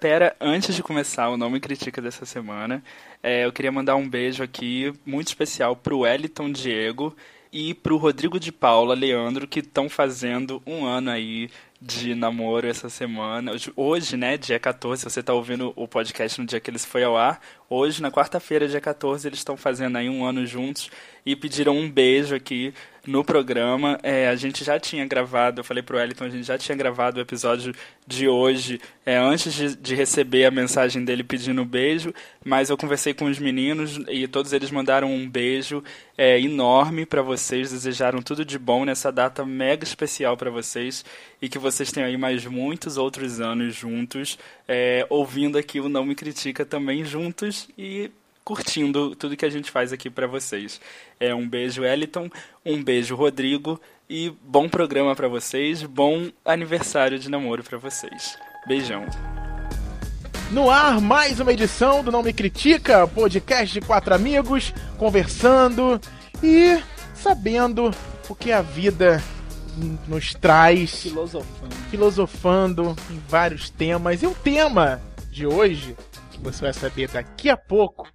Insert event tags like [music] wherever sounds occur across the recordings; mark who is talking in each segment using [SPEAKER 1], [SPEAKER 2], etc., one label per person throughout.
[SPEAKER 1] pera, antes de começar o Não Me Critica dessa semana, é, eu queria mandar um beijo aqui muito especial pro Wellington Diego e pro Rodrigo de Paula Leandro, que estão fazendo um ano aí de namoro essa semana. Hoje- Hoje, né, dia 14, se você tá ouvindo o podcast no dia que eles foi ao ar. Hoje, na quarta-feira, dia 14, eles estão fazendo aí um ano juntos e pediram um beijo aqui no programa. É, a gente já tinha gravado, eu falei pro Wellington, a gente já tinha gravado o episódio de hoje, é, antes de, de receber a mensagem dele pedindo um beijo, mas eu conversei com os meninos e todos eles mandaram um beijo é, enorme pra vocês, desejaram tudo de bom nessa data mega especial pra vocês e que vocês tenham aí mais muitos outros anos juntos, é, ouvindo aqui o Não Me Critica também juntos e curtindo tudo que a gente faz aqui pra vocês. É um beijo Eliton, um beijo Rodrigo e bom programa pra vocês, bom aniversário de namoro pra vocês. Beijão.
[SPEAKER 2] No ar, mais uma edição do Não Me Critica, podcast de quatro amigos, conversando e sabendo o que a vida nos traz,
[SPEAKER 3] Filosofando.
[SPEAKER 2] filosofando em vários temas. E o tema de hoje, que você vai saber daqui a pouco,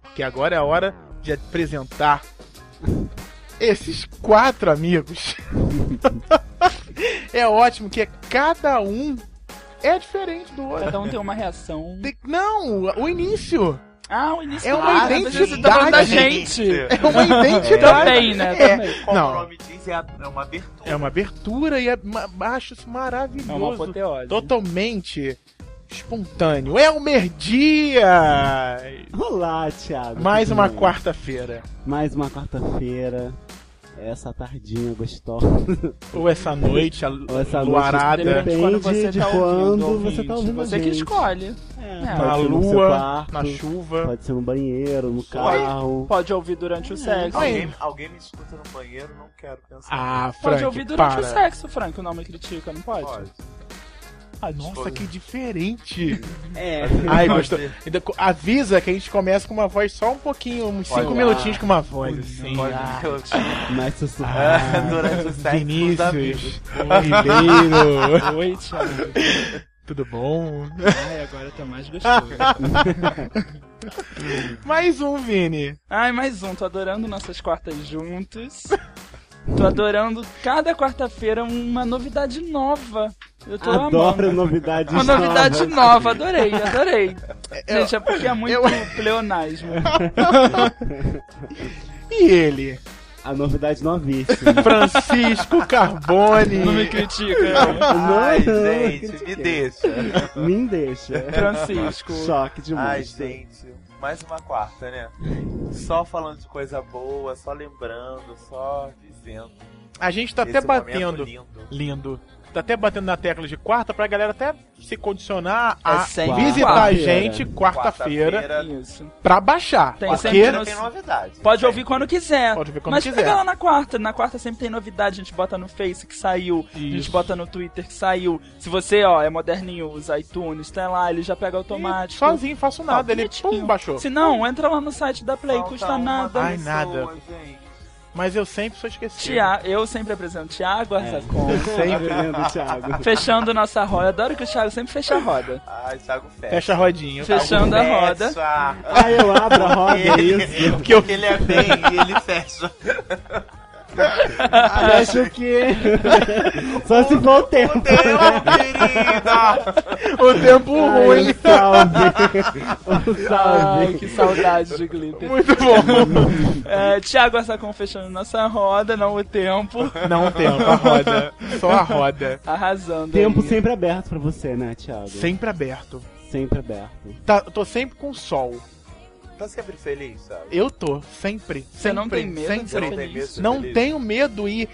[SPEAKER 2] porque agora é a hora de apresentar esses quatro amigos. [laughs] é ótimo que cada um é diferente do outro.
[SPEAKER 3] Cada um tem uma reação.
[SPEAKER 2] Tem- Não, o início.
[SPEAKER 3] Ah, o início
[SPEAKER 2] É
[SPEAKER 3] do
[SPEAKER 2] uma
[SPEAKER 3] ar, mas
[SPEAKER 2] identidade.
[SPEAKER 3] você tá falando da gente.
[SPEAKER 2] É
[SPEAKER 3] [laughs]
[SPEAKER 2] uma identidade.
[SPEAKER 3] Também, né?
[SPEAKER 2] É.
[SPEAKER 3] Também.
[SPEAKER 4] Não.
[SPEAKER 2] Não,
[SPEAKER 4] Conforme diz, é, a- é uma abertura.
[SPEAKER 2] é uma abertura e é, ma- acho isso
[SPEAKER 3] É uma
[SPEAKER 2] maravilhoso.
[SPEAKER 3] apoteose.
[SPEAKER 2] totalmente espontâneo. É Elmer Dias!
[SPEAKER 5] Olá, Thiago.
[SPEAKER 2] Mais
[SPEAKER 5] Tudo
[SPEAKER 2] uma
[SPEAKER 5] bem?
[SPEAKER 2] quarta-feira.
[SPEAKER 5] Mais uma quarta-feira. Essa tardinha gostosa.
[SPEAKER 2] Ou essa noite, a lu-
[SPEAKER 5] Ou essa noite
[SPEAKER 2] luarada.
[SPEAKER 5] estrelada.
[SPEAKER 3] Depende de quando você
[SPEAKER 5] Depende
[SPEAKER 3] tá
[SPEAKER 5] de
[SPEAKER 3] ouvindo,
[SPEAKER 5] quando
[SPEAKER 3] ouvinte.
[SPEAKER 5] você tá ouvindo a
[SPEAKER 3] Você que
[SPEAKER 5] gente.
[SPEAKER 3] escolhe.
[SPEAKER 5] É,
[SPEAKER 3] Na
[SPEAKER 2] Na
[SPEAKER 5] pode ser no seu
[SPEAKER 2] lua,
[SPEAKER 5] quarto,
[SPEAKER 2] na chuva.
[SPEAKER 5] Pode ser no banheiro, no carro.
[SPEAKER 3] Pode ouvir durante o sexo.
[SPEAKER 2] Aí.
[SPEAKER 4] Alguém, alguém me escuta no banheiro, não quero pensar.
[SPEAKER 2] Ah,
[SPEAKER 3] Pode ouvir
[SPEAKER 2] Frank,
[SPEAKER 3] durante o
[SPEAKER 2] para.
[SPEAKER 3] sexo, Frank. O não me critica, não pode?
[SPEAKER 4] Pode.
[SPEAKER 3] Ah,
[SPEAKER 2] Nossa, que diferente.
[SPEAKER 5] É.
[SPEAKER 2] [laughs] Ai,
[SPEAKER 4] Pode
[SPEAKER 2] gostou.
[SPEAKER 4] ser.
[SPEAKER 2] Ainda co- Avisa que a gente começa com uma voz só um pouquinho, uns
[SPEAKER 4] Pode.
[SPEAKER 2] cinco minutinhos com uma voz. assim.
[SPEAKER 4] Pode
[SPEAKER 2] Ah.
[SPEAKER 4] ser outro.
[SPEAKER 5] Mais sussurrado.
[SPEAKER 3] É.
[SPEAKER 4] Ah, Durante o sexo dos amigos.
[SPEAKER 2] Vinícius, Ribeiro,
[SPEAKER 3] Oi, Thiago.
[SPEAKER 2] tudo bom?
[SPEAKER 3] Ai, agora tá mais gostoso.
[SPEAKER 2] Mais um, Vini.
[SPEAKER 3] [laughs] Ai, mais um. Tô adorando nossas quartas juntos. Tô adorando cada quarta-feira uma novidade nova. Eu tô amando.
[SPEAKER 5] Ah, Adoro novidades
[SPEAKER 3] Uma novidade nova, adorei, adorei. Gente, é porque é muito
[SPEAKER 2] eu-
[SPEAKER 3] pleonasmo.
[SPEAKER 2] E ele?
[SPEAKER 5] A novidade novíssima.
[SPEAKER 2] Francisco
[SPEAKER 3] Não me
[SPEAKER 2] Carbone.
[SPEAKER 4] é.
[SPEAKER 3] critica,
[SPEAKER 4] Ai,
[SPEAKER 5] Não, não, não
[SPEAKER 4] gente, me
[SPEAKER 5] critiquei.
[SPEAKER 4] deixa.
[SPEAKER 5] Me deixa.
[SPEAKER 3] [laughs] Francisco.
[SPEAKER 5] Choque de
[SPEAKER 4] Ai,
[SPEAKER 3] né?
[SPEAKER 5] monstro.
[SPEAKER 4] gente. Mais uma quarta, né? Só falando de coisa boa, só lembrando, só dizendo.
[SPEAKER 2] A gente tá até
[SPEAKER 4] Esse momento
[SPEAKER 2] batendo.
[SPEAKER 4] lindo.
[SPEAKER 2] Lindo. Tá até batendo na tecla de quarta pra galera até se condicionar
[SPEAKER 3] É
[SPEAKER 2] a
[SPEAKER 3] sempre
[SPEAKER 2] visitar a
[SPEAKER 5] quarta-feira.
[SPEAKER 2] gente quarta-feira
[SPEAKER 3] Isso.
[SPEAKER 2] pra baixar.
[SPEAKER 3] Tem
[SPEAKER 2] porque
[SPEAKER 3] sempre
[SPEAKER 4] Quarta-feira tem novidade.
[SPEAKER 3] Pode ouvir quando quiser.
[SPEAKER 2] Pode ouvir quando
[SPEAKER 3] Mas
[SPEAKER 2] quiser.
[SPEAKER 3] pega lá na quarta. Na quarta sempre tem novidade. A gente bota no Face que saiu. A gente
[SPEAKER 2] Isso.
[SPEAKER 3] bota no Twitter que saiu. Se você, ó, é moderninho, usa iTunes, tá lá, ele já pega automático.
[SPEAKER 2] sozinho, faço nada.
[SPEAKER 3] Tá
[SPEAKER 2] Ele
[SPEAKER 3] bonitinho.
[SPEAKER 2] pum, baixou.
[SPEAKER 3] Se não, entra lá no site da Play, custa nada.
[SPEAKER 2] Ai, nada. Mas eu sempre sou esquecido.
[SPEAKER 3] Tia, eu sempre apresento Thiago Arzacon.
[SPEAKER 2] Sempre.
[SPEAKER 5] Reverendo Tá Thiago.
[SPEAKER 3] Fechando nossa roda. Adoro que o Thiago sempre fecha
[SPEAKER 4] [laughs]
[SPEAKER 3] a roda.
[SPEAKER 4] Ai, Thiago Festa.
[SPEAKER 2] Fecha a rodinha.
[SPEAKER 3] Fecha. Fechando a roda.
[SPEAKER 4] roda.
[SPEAKER 5] Ai, eu abro a roda, é isso.
[SPEAKER 4] Porque ele é bem e
[SPEAKER 2] [laughs]
[SPEAKER 4] ele fecha.
[SPEAKER 5] Acho que. Só se for o
[SPEAKER 2] um
[SPEAKER 5] tempo.
[SPEAKER 4] Meu querida!
[SPEAKER 2] O tempo ruim.
[SPEAKER 5] Um salve. Um
[SPEAKER 3] Ai,
[SPEAKER 5] salve.
[SPEAKER 3] que saudade de glitter.
[SPEAKER 2] Muito bom.
[SPEAKER 3] É, Thiago Arzacon fechando nossa roda, não o tempo.
[SPEAKER 2] Não o tempo, a roda. Só a roda.
[SPEAKER 3] Tá Arrasando.
[SPEAKER 5] Tempo
[SPEAKER 3] aí.
[SPEAKER 5] sempre aberto pra você, né, Thiago?
[SPEAKER 2] Sempre aberto.
[SPEAKER 5] Sempre aberto.
[SPEAKER 2] Tá, tô sempre com sol.
[SPEAKER 4] Tá sempre feliz, sabe?
[SPEAKER 2] Eu tô, sempre.
[SPEAKER 3] Você
[SPEAKER 2] sempre,
[SPEAKER 3] não tem medo de ser
[SPEAKER 2] sempre.
[SPEAKER 3] feliz?
[SPEAKER 2] Não tenho medo e.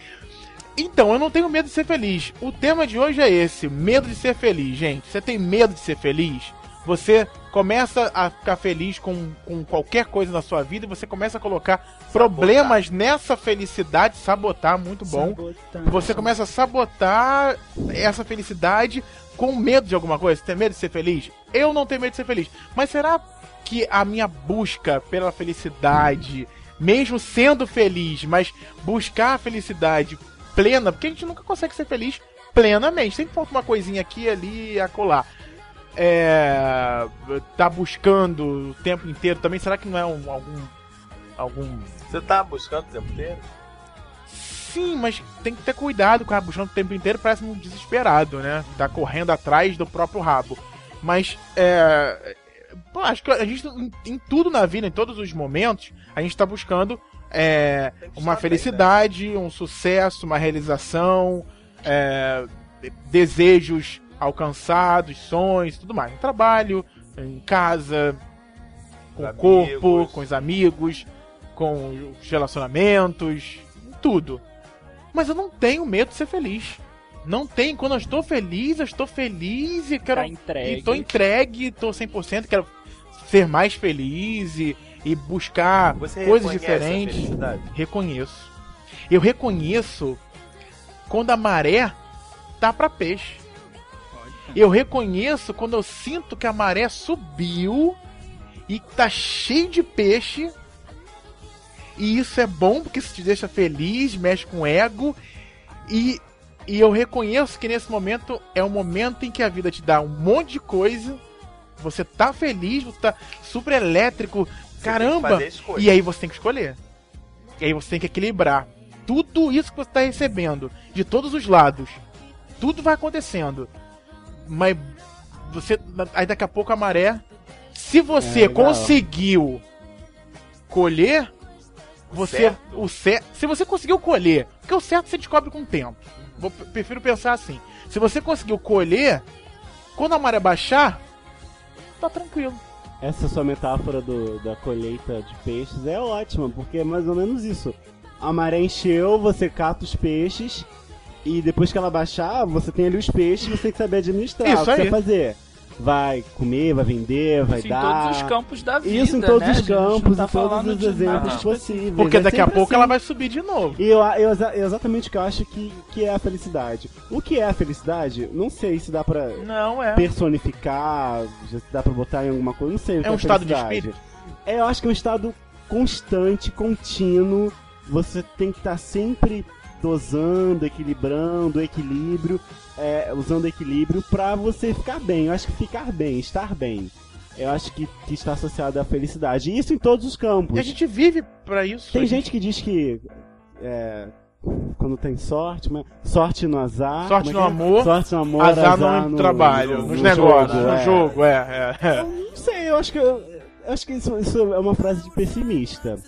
[SPEAKER 2] Então, eu não tenho medo de ser feliz. O tema de hoje é esse: medo de ser feliz, gente. Você tem medo de ser feliz? Você começa a ficar feliz com, com qualquer coisa na sua vida e você começa a colocar problemas nessa felicidade, sabotar, muito bom.
[SPEAKER 3] Sabotando.
[SPEAKER 2] Você começa a sabotar essa felicidade com medo de alguma coisa. Você tem medo de ser feliz? Eu não tenho medo de ser feliz. Mas será que a minha busca pela felicidade, mesmo sendo feliz, mas buscar a felicidade plena, porque a gente nunca consegue ser feliz plenamente, sempre falta uma coisinha aqui, ali e acolá. é, tá buscando o tempo inteiro também? Será que não é um- algum. algum.
[SPEAKER 4] Você tá buscando o tempo inteiro?
[SPEAKER 2] Sim, mas tem que ter cuidado com a buscando o tempo inteiro, parece um desesperado, né? Tá correndo atrás do próprio rabo. Mas é. pô, acho que a gente, em, em tudo na vida, em todos os momentos, a gente tá buscando é,
[SPEAKER 4] Tem que
[SPEAKER 2] uma
[SPEAKER 4] estar bem,
[SPEAKER 2] felicidade, um sucesso, uma realização, é, de- desejos alcançados, sonhos, tudo mais. No trabalho, em casa, com
[SPEAKER 4] Com
[SPEAKER 2] o corpo,
[SPEAKER 4] amigos.
[SPEAKER 2] com os amigos, com os relacionamentos, em tudo. Mas eu não tenho medo de ser feliz. Não tem. Quando eu estou feliz, eu estou feliz e quero
[SPEAKER 3] Tá entregue.
[SPEAKER 2] e tô entregue, tô 100%, quero ser mais feliz e, e buscar
[SPEAKER 4] né? Você
[SPEAKER 2] coisas
[SPEAKER 4] reconhece a
[SPEAKER 2] diferentes.
[SPEAKER 4] felicidade?
[SPEAKER 2] Reconheço. Eu reconheço quando a maré tá pra peixe. Eu reconheço quando eu sinto que a maré subiu e tá cheio de peixe. E isso é bom porque isso te deixa feliz, mexe com o ego. E, e eu reconheço que nesse momento é o momento em que a vida te dá um monte de coisa. Você tá feliz, você tá super elétrico.
[SPEAKER 4] Você tem que
[SPEAKER 2] Caramba!
[SPEAKER 4] fazer escolha.
[SPEAKER 2] E aí você tem que escolher. E aí você tem que equilibrar. Tudo isso que você está recebendo, de todos os lados. Tudo vai acontecendo. Mas você. Aí daqui a pouco a maré. Se você
[SPEAKER 5] É, legal.
[SPEAKER 2] conseguiu colher, você.
[SPEAKER 4] certo.
[SPEAKER 2] O cer- se você conseguiu colher, porque o certo você descobre com o tempo.
[SPEAKER 5] Uhum.
[SPEAKER 2] Vou, prefiro pensar assim. Se você conseguiu colher, quando a maré baixar, tá tranquilo.
[SPEAKER 5] Essa sua metáfora do- da colheita de peixes é ótima, porque é mais ou menos isso. A maré encheu, você cata os peixes, e depois que ela baixar, você tem ali os peixes, você tem que saber administrar
[SPEAKER 2] Isso
[SPEAKER 5] o que você
[SPEAKER 2] aí.
[SPEAKER 5] vai fazer. Vai comer, vai vender, vai
[SPEAKER 3] Isso em
[SPEAKER 5] dar.
[SPEAKER 3] todos os campos da vida.
[SPEAKER 5] Isso em todos
[SPEAKER 3] né,
[SPEAKER 5] os
[SPEAKER 3] gente? Não
[SPEAKER 5] campos,
[SPEAKER 3] tá
[SPEAKER 5] em todos
[SPEAKER 3] falando
[SPEAKER 5] os
[SPEAKER 3] de
[SPEAKER 5] exemplos
[SPEAKER 3] nada.
[SPEAKER 5] possíveis.
[SPEAKER 2] Porque
[SPEAKER 5] É
[SPEAKER 2] daqui a
[SPEAKER 5] sempre
[SPEAKER 2] pouco
[SPEAKER 5] assim.
[SPEAKER 2] ela vai subir de novo.
[SPEAKER 5] E eu, eu, exa- é exatamente o que eu acho que, que é a felicidade. O que é a felicidade? Não sei se dá pra
[SPEAKER 2] Não é.
[SPEAKER 5] personificar, se dá pra botar em alguma coisa, não sei. o que
[SPEAKER 2] É um estado de
[SPEAKER 5] felicidade.
[SPEAKER 2] espírito?
[SPEAKER 5] É, eu acho que é um estado constante, contínuo. Você tem que estar sempre dosando, equilibrando, equilíbrio, é, usando equilíbrio pra você ficar bem. Eu acho que ficar bem, estar bem, eu acho que, que está associado à felicidade. E isso em todos os campos.
[SPEAKER 2] E a gente vive pra isso.
[SPEAKER 5] Tem
[SPEAKER 2] a
[SPEAKER 5] gente que diz que é, quando tem sorte, mas sorte no azar.
[SPEAKER 2] Sorte
[SPEAKER 5] como é
[SPEAKER 2] no
[SPEAKER 5] que é?
[SPEAKER 2] amor,
[SPEAKER 5] sorte no amor,
[SPEAKER 2] azar, no,
[SPEAKER 5] no
[SPEAKER 2] trabalho,
[SPEAKER 5] no
[SPEAKER 2] nos
[SPEAKER 5] jogo,
[SPEAKER 2] negócios,
[SPEAKER 5] é.
[SPEAKER 2] no jogo, é. é, é.
[SPEAKER 5] Não sei, eu acho que eu, eu acho que isso, isso é uma frase de pessimista.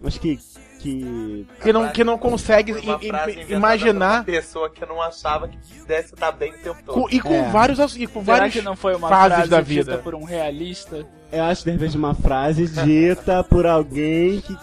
[SPEAKER 5] Eu Acho que que
[SPEAKER 2] Que, não, que não consegue
[SPEAKER 4] Foi uma
[SPEAKER 2] i- i-
[SPEAKER 4] frase inventada
[SPEAKER 2] imaginar.
[SPEAKER 4] por uma pessoa que não achava que pudesse estar bem o tempo todo.
[SPEAKER 2] com- e com
[SPEAKER 5] É.
[SPEAKER 2] vários. ass- E com
[SPEAKER 3] Será
[SPEAKER 2] vários
[SPEAKER 3] que não foi uma
[SPEAKER 2] fases
[SPEAKER 3] frase
[SPEAKER 2] da
[SPEAKER 3] dita
[SPEAKER 2] vida.
[SPEAKER 3] por um realista?
[SPEAKER 5] eu acho de repente uma frase
[SPEAKER 2] [laughs]
[SPEAKER 5] dita por alguém que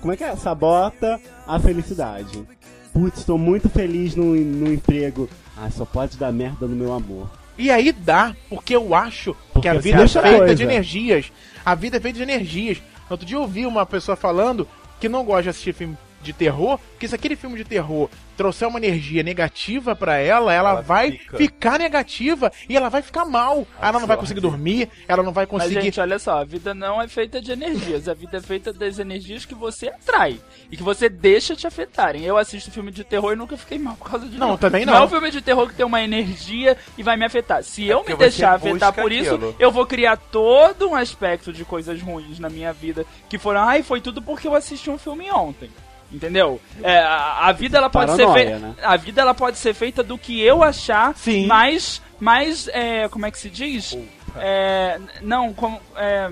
[SPEAKER 5] como é que é? Sabota a felicidade. Putz, estou muito feliz no, no emprego. Ah, só pode dar merda no meu amor.
[SPEAKER 2] E aí dá, porque eu acho que
[SPEAKER 5] Porque
[SPEAKER 2] a
[SPEAKER 5] você
[SPEAKER 2] vida é
[SPEAKER 5] acha
[SPEAKER 2] feita
[SPEAKER 5] coisa.
[SPEAKER 2] de energias. A vida é feita de energias. Outro dia eu ouvi uma pessoa falando que não gosta de assistir filme de terror, porque se aquele filme de terror trouxer uma energia negativa pra ela, ela,
[SPEAKER 4] Ela
[SPEAKER 2] vai
[SPEAKER 4] fica.
[SPEAKER 2] ficar negativa e ela vai ficar mal. Ela não vai
[SPEAKER 4] Absurdo.
[SPEAKER 2] conseguir dormir, ela não vai
[SPEAKER 3] Mas,
[SPEAKER 2] conseguir.
[SPEAKER 3] gente, olha só, a vida não é feita de energias, a vida é feita das energias que você atrai e que você deixa te afetarem. Eu assisto filme de terror e nunca fiquei mal por causa de
[SPEAKER 2] Não,
[SPEAKER 3] nenhum.
[SPEAKER 2] também
[SPEAKER 3] Não é
[SPEAKER 2] não.
[SPEAKER 3] um filme de terror que tem uma energia e vai me afetar. Se eu
[SPEAKER 4] porque
[SPEAKER 3] me
[SPEAKER 4] você
[SPEAKER 3] deixar afetar
[SPEAKER 4] busca
[SPEAKER 3] por isso,
[SPEAKER 4] aquilo.
[SPEAKER 3] eu vou criar todo um aspecto de coisas ruins na minha vida que foram, ai, foi tudo porque eu assisti um filme ontem. Entendeu? É, a, a vida ela pode ser
[SPEAKER 5] Paranoia,
[SPEAKER 3] feita.
[SPEAKER 5] né?
[SPEAKER 3] A vida ela pode ser feita do que eu achar
[SPEAKER 2] Sim.
[SPEAKER 3] mais. mais é, como é que se diz? É, n- não, como. é,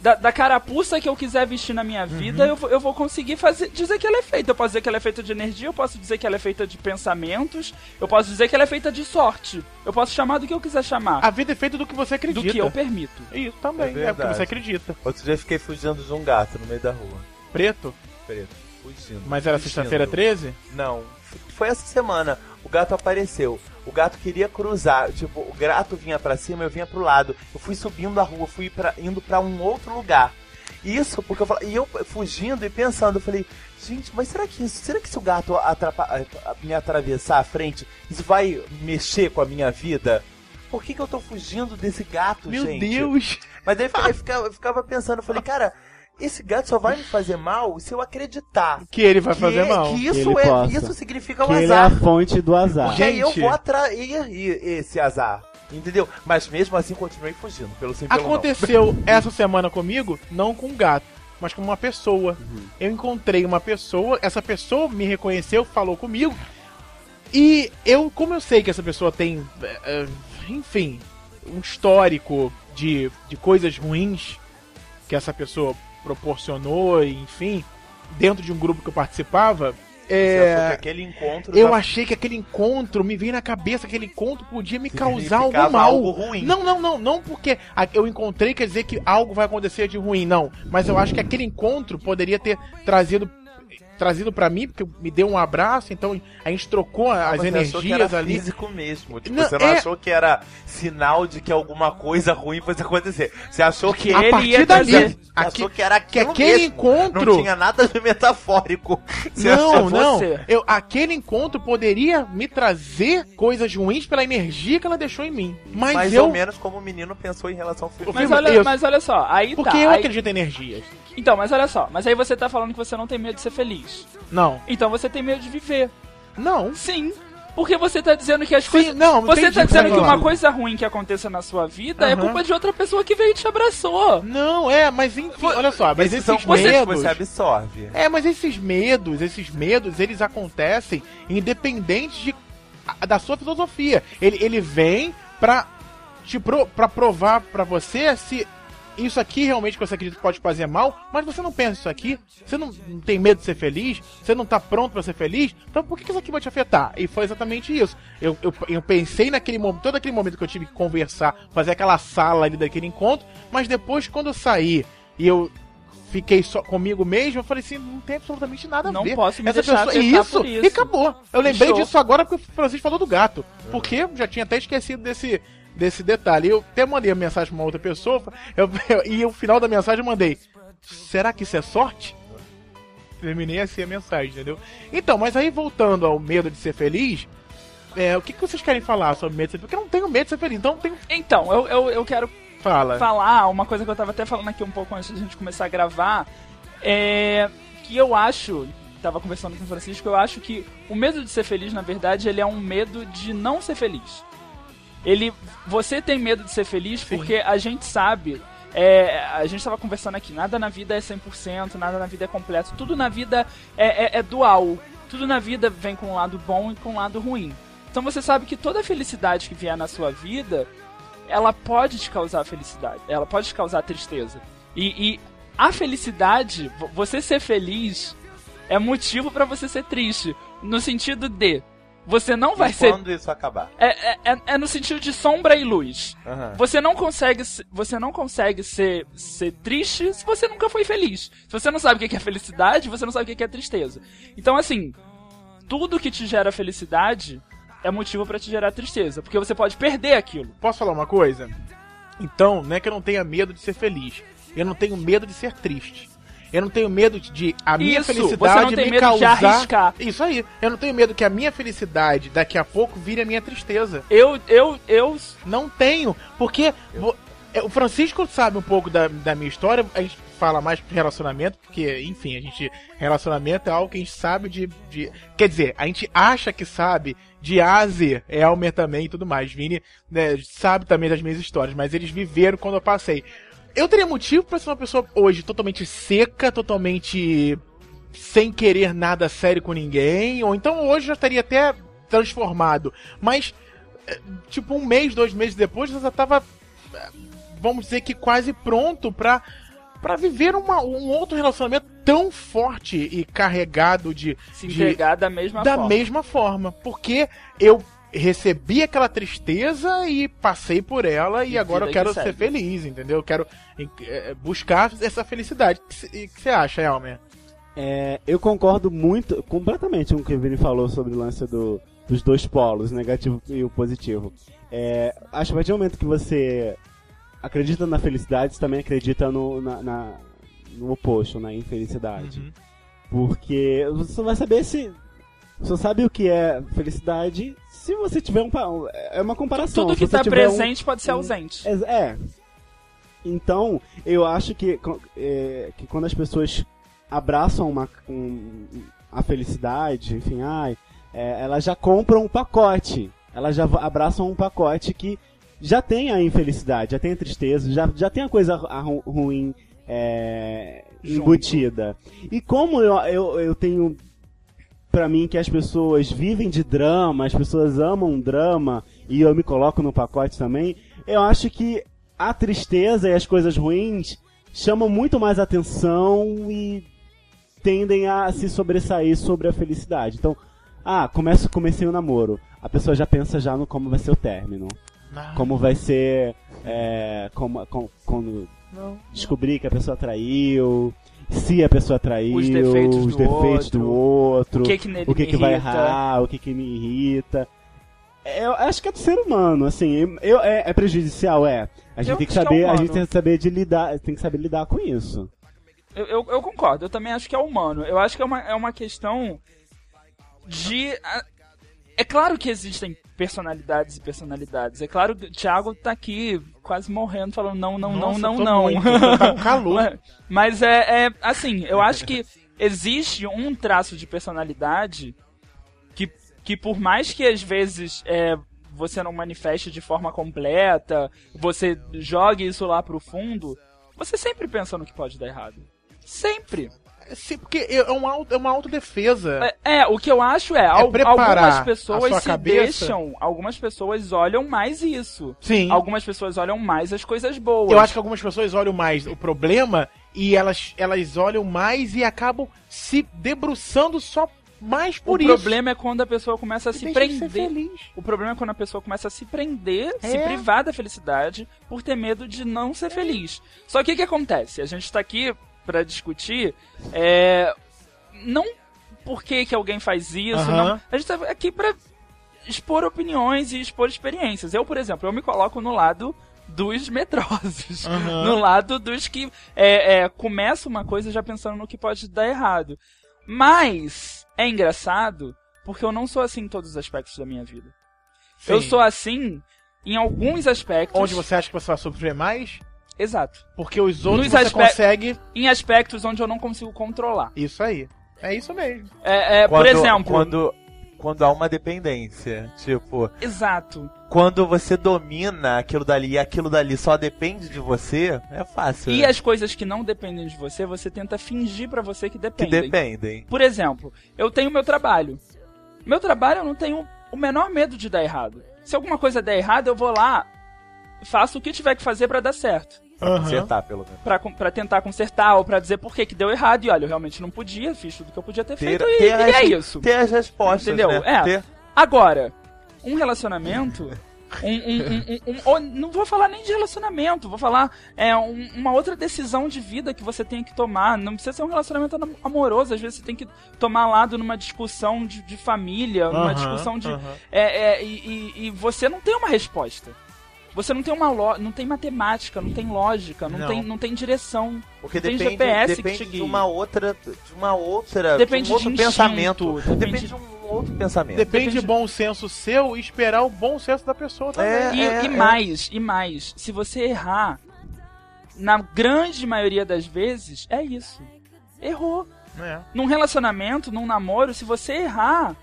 [SPEAKER 3] da, da carapuça que eu quiser vestir na minha
[SPEAKER 2] Uhum.
[SPEAKER 3] vida, eu, vou- eu vou conseguir fazer, dizer que ela é feita. Eu posso dizer que ela é feita de energia, eu posso dizer que ela é feita de pensamentos, eu posso dizer que ela é feita de sorte. Eu posso chamar do que eu quiser chamar.
[SPEAKER 2] A vida é feita do que você
[SPEAKER 3] do
[SPEAKER 2] acredita.
[SPEAKER 3] que eu permito.
[SPEAKER 2] Isso também, é,
[SPEAKER 4] É
[SPEAKER 2] o que você
[SPEAKER 4] verdade.
[SPEAKER 2] acredita.
[SPEAKER 4] Outro dia eu fiquei fugindo de um gato no meio da rua.
[SPEAKER 2] Preto?
[SPEAKER 4] Preto. Fugindo.
[SPEAKER 2] Mas era
[SPEAKER 4] fugindo.
[SPEAKER 2] sexta-feira 13?
[SPEAKER 4] Não. F- Foi essa semana. O gato apareceu. O gato queria cruzar. Tipo, o gato vinha pra cima, eu vinha pro lado. Eu fui subindo a rua, fui pra- indo pra um outro lugar. Isso, porque eu falei, e eu fugindo e pensando, eu falei, gente, mas será que isso, será que se o gato atrapa- a- me atravessar à frente, isso vai mexer com a minha vida? Por que, que eu tô fugindo desse gato,
[SPEAKER 2] Meu
[SPEAKER 4] gente?
[SPEAKER 2] Deus!
[SPEAKER 4] Mas daí eu fica- eu ficava, eu ficava pensando, eu falei, cara, esse gato só vai me fazer mal se eu acreditar.
[SPEAKER 2] Que ele vai
[SPEAKER 4] que,
[SPEAKER 2] fazer mal.
[SPEAKER 4] que
[SPEAKER 5] Que
[SPEAKER 4] isso
[SPEAKER 5] ele
[SPEAKER 4] é,
[SPEAKER 5] possa.
[SPEAKER 2] Então,
[SPEAKER 4] isso significa um
[SPEAKER 5] Que ele é a
[SPEAKER 4] azar.
[SPEAKER 5] fonte do azar.
[SPEAKER 4] Porque aí eu
[SPEAKER 2] Gente.
[SPEAKER 4] vou atrair esse azar. Entendeu? Mas mesmo assim continuei fugindo, pelo sim, pelo Então, não. [laughs]
[SPEAKER 2] Aconteceu essa semana comigo, não com um gato, mas com uma pessoa.
[SPEAKER 4] Uhum.
[SPEAKER 2] Eu encontrei uma pessoa, essa pessoa me reconheceu, falou comigo. E eu, como eu sei que essa pessoa tem, eh, eh, enfim, um histórico de, de coisas ruins que essa pessoa proporcionou, e, enfim, dentro de um grupo que eu participava,
[SPEAKER 4] Você achou que tá
[SPEAKER 2] é,
[SPEAKER 4] aquele encontro
[SPEAKER 2] eu
[SPEAKER 4] já
[SPEAKER 2] achei que aquele encontro, me veio na cabeça, aquele encontro podia me causar
[SPEAKER 4] significava
[SPEAKER 2] algum um mal.
[SPEAKER 4] algo ruim.
[SPEAKER 2] Não, não, não, não porque a- eu encontrei quer dizer que algo vai acontecer de ruim, não. Mas eu acho que aquele encontro poderia ter trazido trazido para mim, porque me deu um abraço, então a gente trocou as
[SPEAKER 4] Ah, Mas você achou que
[SPEAKER 2] energias
[SPEAKER 4] era
[SPEAKER 2] ali.
[SPEAKER 4] físico mesmo. Tipo,
[SPEAKER 2] Não,
[SPEAKER 4] você não
[SPEAKER 2] é-
[SPEAKER 4] achou que era sinal de que alguma coisa ruim fosse acontecer. Você achou que
[SPEAKER 3] A
[SPEAKER 4] ele
[SPEAKER 2] partir
[SPEAKER 4] ia
[SPEAKER 2] dali,
[SPEAKER 4] trazer- Você
[SPEAKER 2] aque-
[SPEAKER 4] achou que era
[SPEAKER 2] que
[SPEAKER 4] aquilo
[SPEAKER 2] aquele
[SPEAKER 4] mesmo.
[SPEAKER 2] encontro-
[SPEAKER 4] Não tinha nada de metafórico. [laughs] Você
[SPEAKER 2] Não,
[SPEAKER 4] achou-
[SPEAKER 2] não.
[SPEAKER 3] você.
[SPEAKER 2] Eu, aquele encontro poderia me trazer coisas ruins pela energia que ela deixou em mim. Mas
[SPEAKER 4] Mais
[SPEAKER 2] eu.
[SPEAKER 4] ou menos como o menino pensou em relação ao filme.
[SPEAKER 2] Mas
[SPEAKER 3] Mas
[SPEAKER 2] Filma
[SPEAKER 3] olha,
[SPEAKER 2] isso.
[SPEAKER 3] mas olha só, aí
[SPEAKER 2] Porque
[SPEAKER 3] tá.
[SPEAKER 2] eu
[SPEAKER 3] aí-
[SPEAKER 2] acredito em energias.
[SPEAKER 3] Então, mas olha só, mas aí você tá falando que você não tem medo de ser feliz.
[SPEAKER 2] Não.
[SPEAKER 3] Então você tem medo de viver.
[SPEAKER 2] Não.
[SPEAKER 3] Sim. Porque você tá dizendo que as
[SPEAKER 2] Sim,
[SPEAKER 3] coisas.
[SPEAKER 2] não,
[SPEAKER 3] você
[SPEAKER 2] entendi
[SPEAKER 3] tá
[SPEAKER 2] o que você
[SPEAKER 3] dizendo que
[SPEAKER 2] tá falando.
[SPEAKER 3] uma coisa ruim que aconteça na sua vida é
[SPEAKER 2] Aham.
[SPEAKER 3] culpa de outra pessoa que veio e te abraçou.
[SPEAKER 2] Não, é, mas enfim, olha só, mas
[SPEAKER 4] Esses são
[SPEAKER 2] esses
[SPEAKER 4] coisas que
[SPEAKER 2] medos.
[SPEAKER 4] você absorve.
[SPEAKER 2] É, mas esses medos, esses medos, eles acontecem independente de, a- da sua filosofia. Ele, ele vem pra, te pro, pra provar pra você se isso aqui realmente que você acredita que pode fazer mal, mas você não pensa isso aqui, você não, não tem medo de ser feliz, você não tá pronto pra ser feliz, então por que que isso aqui vai te afetar? E foi exatamente isso. Eu, eu, eu pensei naquele momento, todo aquele momento que eu tive que conversar, fazer aquela sala ali daquele encontro, mas depois quando eu saí e eu fiquei só comigo mesmo, eu falei assim, não tem absolutamente nada a
[SPEAKER 3] Não
[SPEAKER 2] ver.
[SPEAKER 3] posso me deixar afetar
[SPEAKER 2] isso,
[SPEAKER 3] por isso.
[SPEAKER 2] e acabou. Eu lembrei
[SPEAKER 3] Fechou.
[SPEAKER 2] disso agora porque o Francisco falou do gato, porque eu já tinha até esquecido desse desse detalhe. Eu até mandei a mensagem pra uma outra pessoa, eu- [laughs] e o final da mensagem eu mandei, será que isso é sorte? Terminei assim a mensagem, entendeu? Então, mas aí voltando ao medo de ser feliz, é, o que, que vocês querem falar sobre medo de ser feliz? Porque eu não tenho medo de ser feliz, então não tenho...
[SPEAKER 3] Então, eu, eu, eu quero
[SPEAKER 2] Fala.
[SPEAKER 3] falar uma coisa que eu tava até falando aqui um pouco antes da gente começar a gravar. É. Que eu acho. Tava conversando com o Francisco, eu acho que o medo de ser feliz, na verdade, ele é um medo de não ser feliz. Ele. Você tem medo de ser feliz porque a gente sabe. é, a gente tava conversando aqui, nada na vida é 100%, nada na vida é completo, tudo na vida é, é- é dual. Tudo na vida vem com um lado bom e com um lado ruim. Então você sabe que toda felicidade que vier na sua vida, ela pode te causar felicidade, ela pode te causar tristeza. E, e a felicidade, vo- você ser feliz, é motivo pra você ser triste. No sentido de, você não vai
[SPEAKER 4] e
[SPEAKER 3] ser.
[SPEAKER 4] quando isso acabar?
[SPEAKER 3] É, é- é- é no sentido de sombra e luz.
[SPEAKER 4] Aham.
[SPEAKER 3] Você não consegue, se- você não consegue ser, ser triste se você nunca foi feliz. Se você não sabe o que que é felicidade, você não sabe o que que é tristeza. Então, assim, tudo que te gera felicidade é motivo pra te gerar tristeza, porque você pode perder aquilo.
[SPEAKER 2] Posso falar uma coisa? Então, não é que eu não tenha medo de ser feliz. Eu não tenho medo de ser triste. Eu não tenho medo de- de a minha
[SPEAKER 3] Isso, você não
[SPEAKER 2] felicidade
[SPEAKER 3] tem
[SPEAKER 2] me
[SPEAKER 3] medo de
[SPEAKER 2] causar.
[SPEAKER 3] arriscar.
[SPEAKER 2] Isso aí. Eu não tenho medo que a minha felicidade daqui a pouco vire a minha tristeza.
[SPEAKER 3] Eu, eu, eu.
[SPEAKER 2] Não tenho, porque vo- é, o Francisco sabe um pouco da, da minha história, a gente fala mais pro relacionamento, porque, enfim, a gente. Relacionamento é algo que a gente sabe de. de- quer dizer, a gente acha que sabe de A a Z, Elmer também e tudo mais. Vini né, sabe também das minhas histórias, mas eles viveram quando eu passei. Eu teria motivo pra ser uma pessoa hoje totalmente seca, totalmente sem querer nada sério com ninguém, ou então hoje eu já estaria até transformado. Mas tipo, um mês, dois meses depois, eu já tava, eh, vamos dizer que quase pronto pra, pra viver uma- um outro relacionamento tão forte e carregado de,
[SPEAKER 3] se
[SPEAKER 2] de-
[SPEAKER 3] entregar da mesma
[SPEAKER 2] da
[SPEAKER 3] forma.
[SPEAKER 2] mesma forma. Porque eu recebi aquela tristeza e passei por ela e,
[SPEAKER 3] E
[SPEAKER 2] agora eu
[SPEAKER 3] vida
[SPEAKER 2] quero
[SPEAKER 3] que
[SPEAKER 2] ser
[SPEAKER 3] segue.
[SPEAKER 2] feliz, entendeu? Eu quero eh, eh, buscar essa felicidade. O que cê- e que você acha, Elmer?
[SPEAKER 5] É, eu concordo muito, completamente com o que o Vini falou sobre o lance do- dos dois polos, o negativo e o positivo. É, acho que a partir do momento que você acredita na felicidade, você também acredita no, na- na- no oposto, na infelicidade.
[SPEAKER 2] Uhum.
[SPEAKER 5] Porque você só vai saber se. Só sabe o que é felicidade se você tiver um. pa- um- É uma comparação.
[SPEAKER 3] Tudo
[SPEAKER 5] se
[SPEAKER 3] que
[SPEAKER 5] você
[SPEAKER 3] tá
[SPEAKER 5] tiver um-
[SPEAKER 3] presente pode ser
[SPEAKER 5] um-
[SPEAKER 3] ausente.
[SPEAKER 5] Ex- É. Então, eu acho que, co- é, que quando as pessoas abraçam uma, um- a felicidade, enfim, ai, é, elas já compram um pacote. Elas já va- abraçam um pacote que já tem a infelicidade, já tem a tristeza, já, já tem a coisa ru- a ru- ruim é, embutida. E como eu, eu, eu tenho pra mim que as pessoas vivem de drama, as pessoas amam drama, e eu me coloco no pacote também, eu acho que a tristeza e as coisas ruins chamam muito mais atenção e tendem a se sobressair sobre a felicidade. Então, ah, começo, comecei o namoro. A pessoa já pensa já no como vai ser o término. Como vai ser. é, como, com- quando descobrir que a pessoa traiu, se a pessoa traiu,
[SPEAKER 3] Os defeitos do
[SPEAKER 5] os defeitos do outro,
[SPEAKER 3] O que que nele
[SPEAKER 5] o que,
[SPEAKER 3] me
[SPEAKER 5] que vai
[SPEAKER 3] irrita.
[SPEAKER 5] errar, o que, que me irrita. Eu acho que é do ser humano, assim, eu, é, é prejudicial, é. A gente
[SPEAKER 3] Eu
[SPEAKER 5] tem que
[SPEAKER 3] acho que é
[SPEAKER 5] saber, a gente
[SPEAKER 3] humano.
[SPEAKER 5] tem que saber de lidar, tem que saber lidar com isso.
[SPEAKER 3] Eu, eu, eu concordo, eu também acho que é humano. Eu acho que é uma, é uma questão de. a- É claro que existem personalidades e personalidades. É claro que o Thiago tá aqui quase morrendo, falando não, não,
[SPEAKER 2] Nossa,
[SPEAKER 3] não,
[SPEAKER 2] tô
[SPEAKER 3] não, não.
[SPEAKER 2] muito,
[SPEAKER 3] [laughs]
[SPEAKER 2] tá um calor.
[SPEAKER 3] Mas- Mas é, é assim, eu acho que existe um traço de personalidade que, que por mais que às vezes é, você não manifeste de forma completa, você jogue isso lá pro fundo, você sempre pensa no que pode dar errado. Sempre.
[SPEAKER 2] Sim, porque é, um auto, é uma autodefesa.
[SPEAKER 3] É, é, o que eu acho é, al-
[SPEAKER 2] preparar
[SPEAKER 3] algumas
[SPEAKER 2] a sua
[SPEAKER 3] pessoas se
[SPEAKER 2] cabeça.
[SPEAKER 3] deixam, algumas pessoas olham mais isso.
[SPEAKER 2] Sim.
[SPEAKER 3] Algumas pessoas olham mais as coisas boas.
[SPEAKER 2] Eu acho que algumas pessoas olham mais o problema e elas, elas olham mais e acabam se debruçando só mais por
[SPEAKER 3] o
[SPEAKER 2] isso.
[SPEAKER 3] problema é quando a pessoa começa a
[SPEAKER 2] E
[SPEAKER 3] se
[SPEAKER 2] deixa de ser
[SPEAKER 3] prender
[SPEAKER 2] feliz.
[SPEAKER 3] O problema é quando a pessoa começa a se prender,
[SPEAKER 2] É.
[SPEAKER 3] se privar da felicidade, por ter medo de não ser feliz. Só que o que acontece? A gente tá aqui pra discutir, é, não por que, que alguém faz isso,
[SPEAKER 2] Aham.
[SPEAKER 3] não. A gente tá aqui pra expor opiniões e expor experiências. Eu, por exemplo, eu me coloco no lado dos medrosos,
[SPEAKER 2] Aham.
[SPEAKER 3] no lado dos que é, é, começa uma coisa já pensando no que pode dar errado. Mas é engraçado porque eu não sou assim em todos os aspectos da minha vida.
[SPEAKER 2] Sim.
[SPEAKER 3] Eu sou assim em alguns aspectos.
[SPEAKER 2] Onde você acha que você vai sofrer mais?
[SPEAKER 3] Exato.
[SPEAKER 2] Porque os outros
[SPEAKER 3] Nos
[SPEAKER 2] você
[SPEAKER 3] aspe-
[SPEAKER 2] consegue.
[SPEAKER 3] Em aspectos onde eu não consigo controlar.
[SPEAKER 2] Isso aí. É isso mesmo.
[SPEAKER 3] É, é, por
[SPEAKER 4] Quando-
[SPEAKER 3] exemplo.
[SPEAKER 4] Quando, quando há uma dependência. Tipo,
[SPEAKER 3] Exato.
[SPEAKER 4] quando você domina aquilo dali e aquilo dali só depende de você, é fácil.
[SPEAKER 3] E
[SPEAKER 4] né?
[SPEAKER 3] as coisas que não dependem de você, você tenta fingir pra você que
[SPEAKER 4] Que
[SPEAKER 3] dependem.
[SPEAKER 4] dependem.
[SPEAKER 3] Por exemplo, eu tenho meu trabalho. Meu trabalho eu não tenho o menor medo de dar errado. Se alguma coisa der errado, eu vou lá, faço o que tiver que fazer pra dar certo.
[SPEAKER 4] Acertar, pelo menos.
[SPEAKER 3] Pra, con- pra tentar consertar ou pra dizer por que, que deu errado. E olha, eu realmente não podia, fiz tudo que eu podia ter, feito e, e é isso.
[SPEAKER 4] Ter as respostas,
[SPEAKER 3] Entendeu?
[SPEAKER 4] né?
[SPEAKER 3] É.
[SPEAKER 4] Ter-
[SPEAKER 3] Agora, um relacionamento. Um, um- um- um- um- ou não vou falar nem de relacionamento, vou falar é, um- uma outra decisão de vida que você tem que tomar. Não precisa ser um relacionamento nam- amoroso, às vezes você tem que tomar lado numa discussão de, de família, numa
[SPEAKER 2] Aham,
[SPEAKER 3] discussão de.
[SPEAKER 2] aham.
[SPEAKER 3] é, é, e, e- e você não tem uma resposta. Você não tem uma lo- não tem matemática, não tem lógica, não,
[SPEAKER 2] Não.
[SPEAKER 3] Tem, não tem direção.
[SPEAKER 4] Porque
[SPEAKER 3] Tem
[SPEAKER 4] depende,
[SPEAKER 3] GPS que
[SPEAKER 4] depende
[SPEAKER 3] te
[SPEAKER 4] de
[SPEAKER 3] guia.
[SPEAKER 4] uma outra. De uma outra.
[SPEAKER 3] Depende
[SPEAKER 4] de um outro
[SPEAKER 3] de instinto,
[SPEAKER 4] pensamento. Depende,
[SPEAKER 3] depende-
[SPEAKER 4] de um outro pensamento.
[SPEAKER 2] Depende
[SPEAKER 3] Depende-
[SPEAKER 2] do bom senso seu e esperar o bom senso da pessoa também.
[SPEAKER 4] É,
[SPEAKER 3] E,
[SPEAKER 4] é,
[SPEAKER 3] e
[SPEAKER 4] é.
[SPEAKER 3] mais, e mais, se você errar, na grande maioria das vezes, é isso. Errou.
[SPEAKER 2] né?
[SPEAKER 3] Num relacionamento, num namoro, se você errar.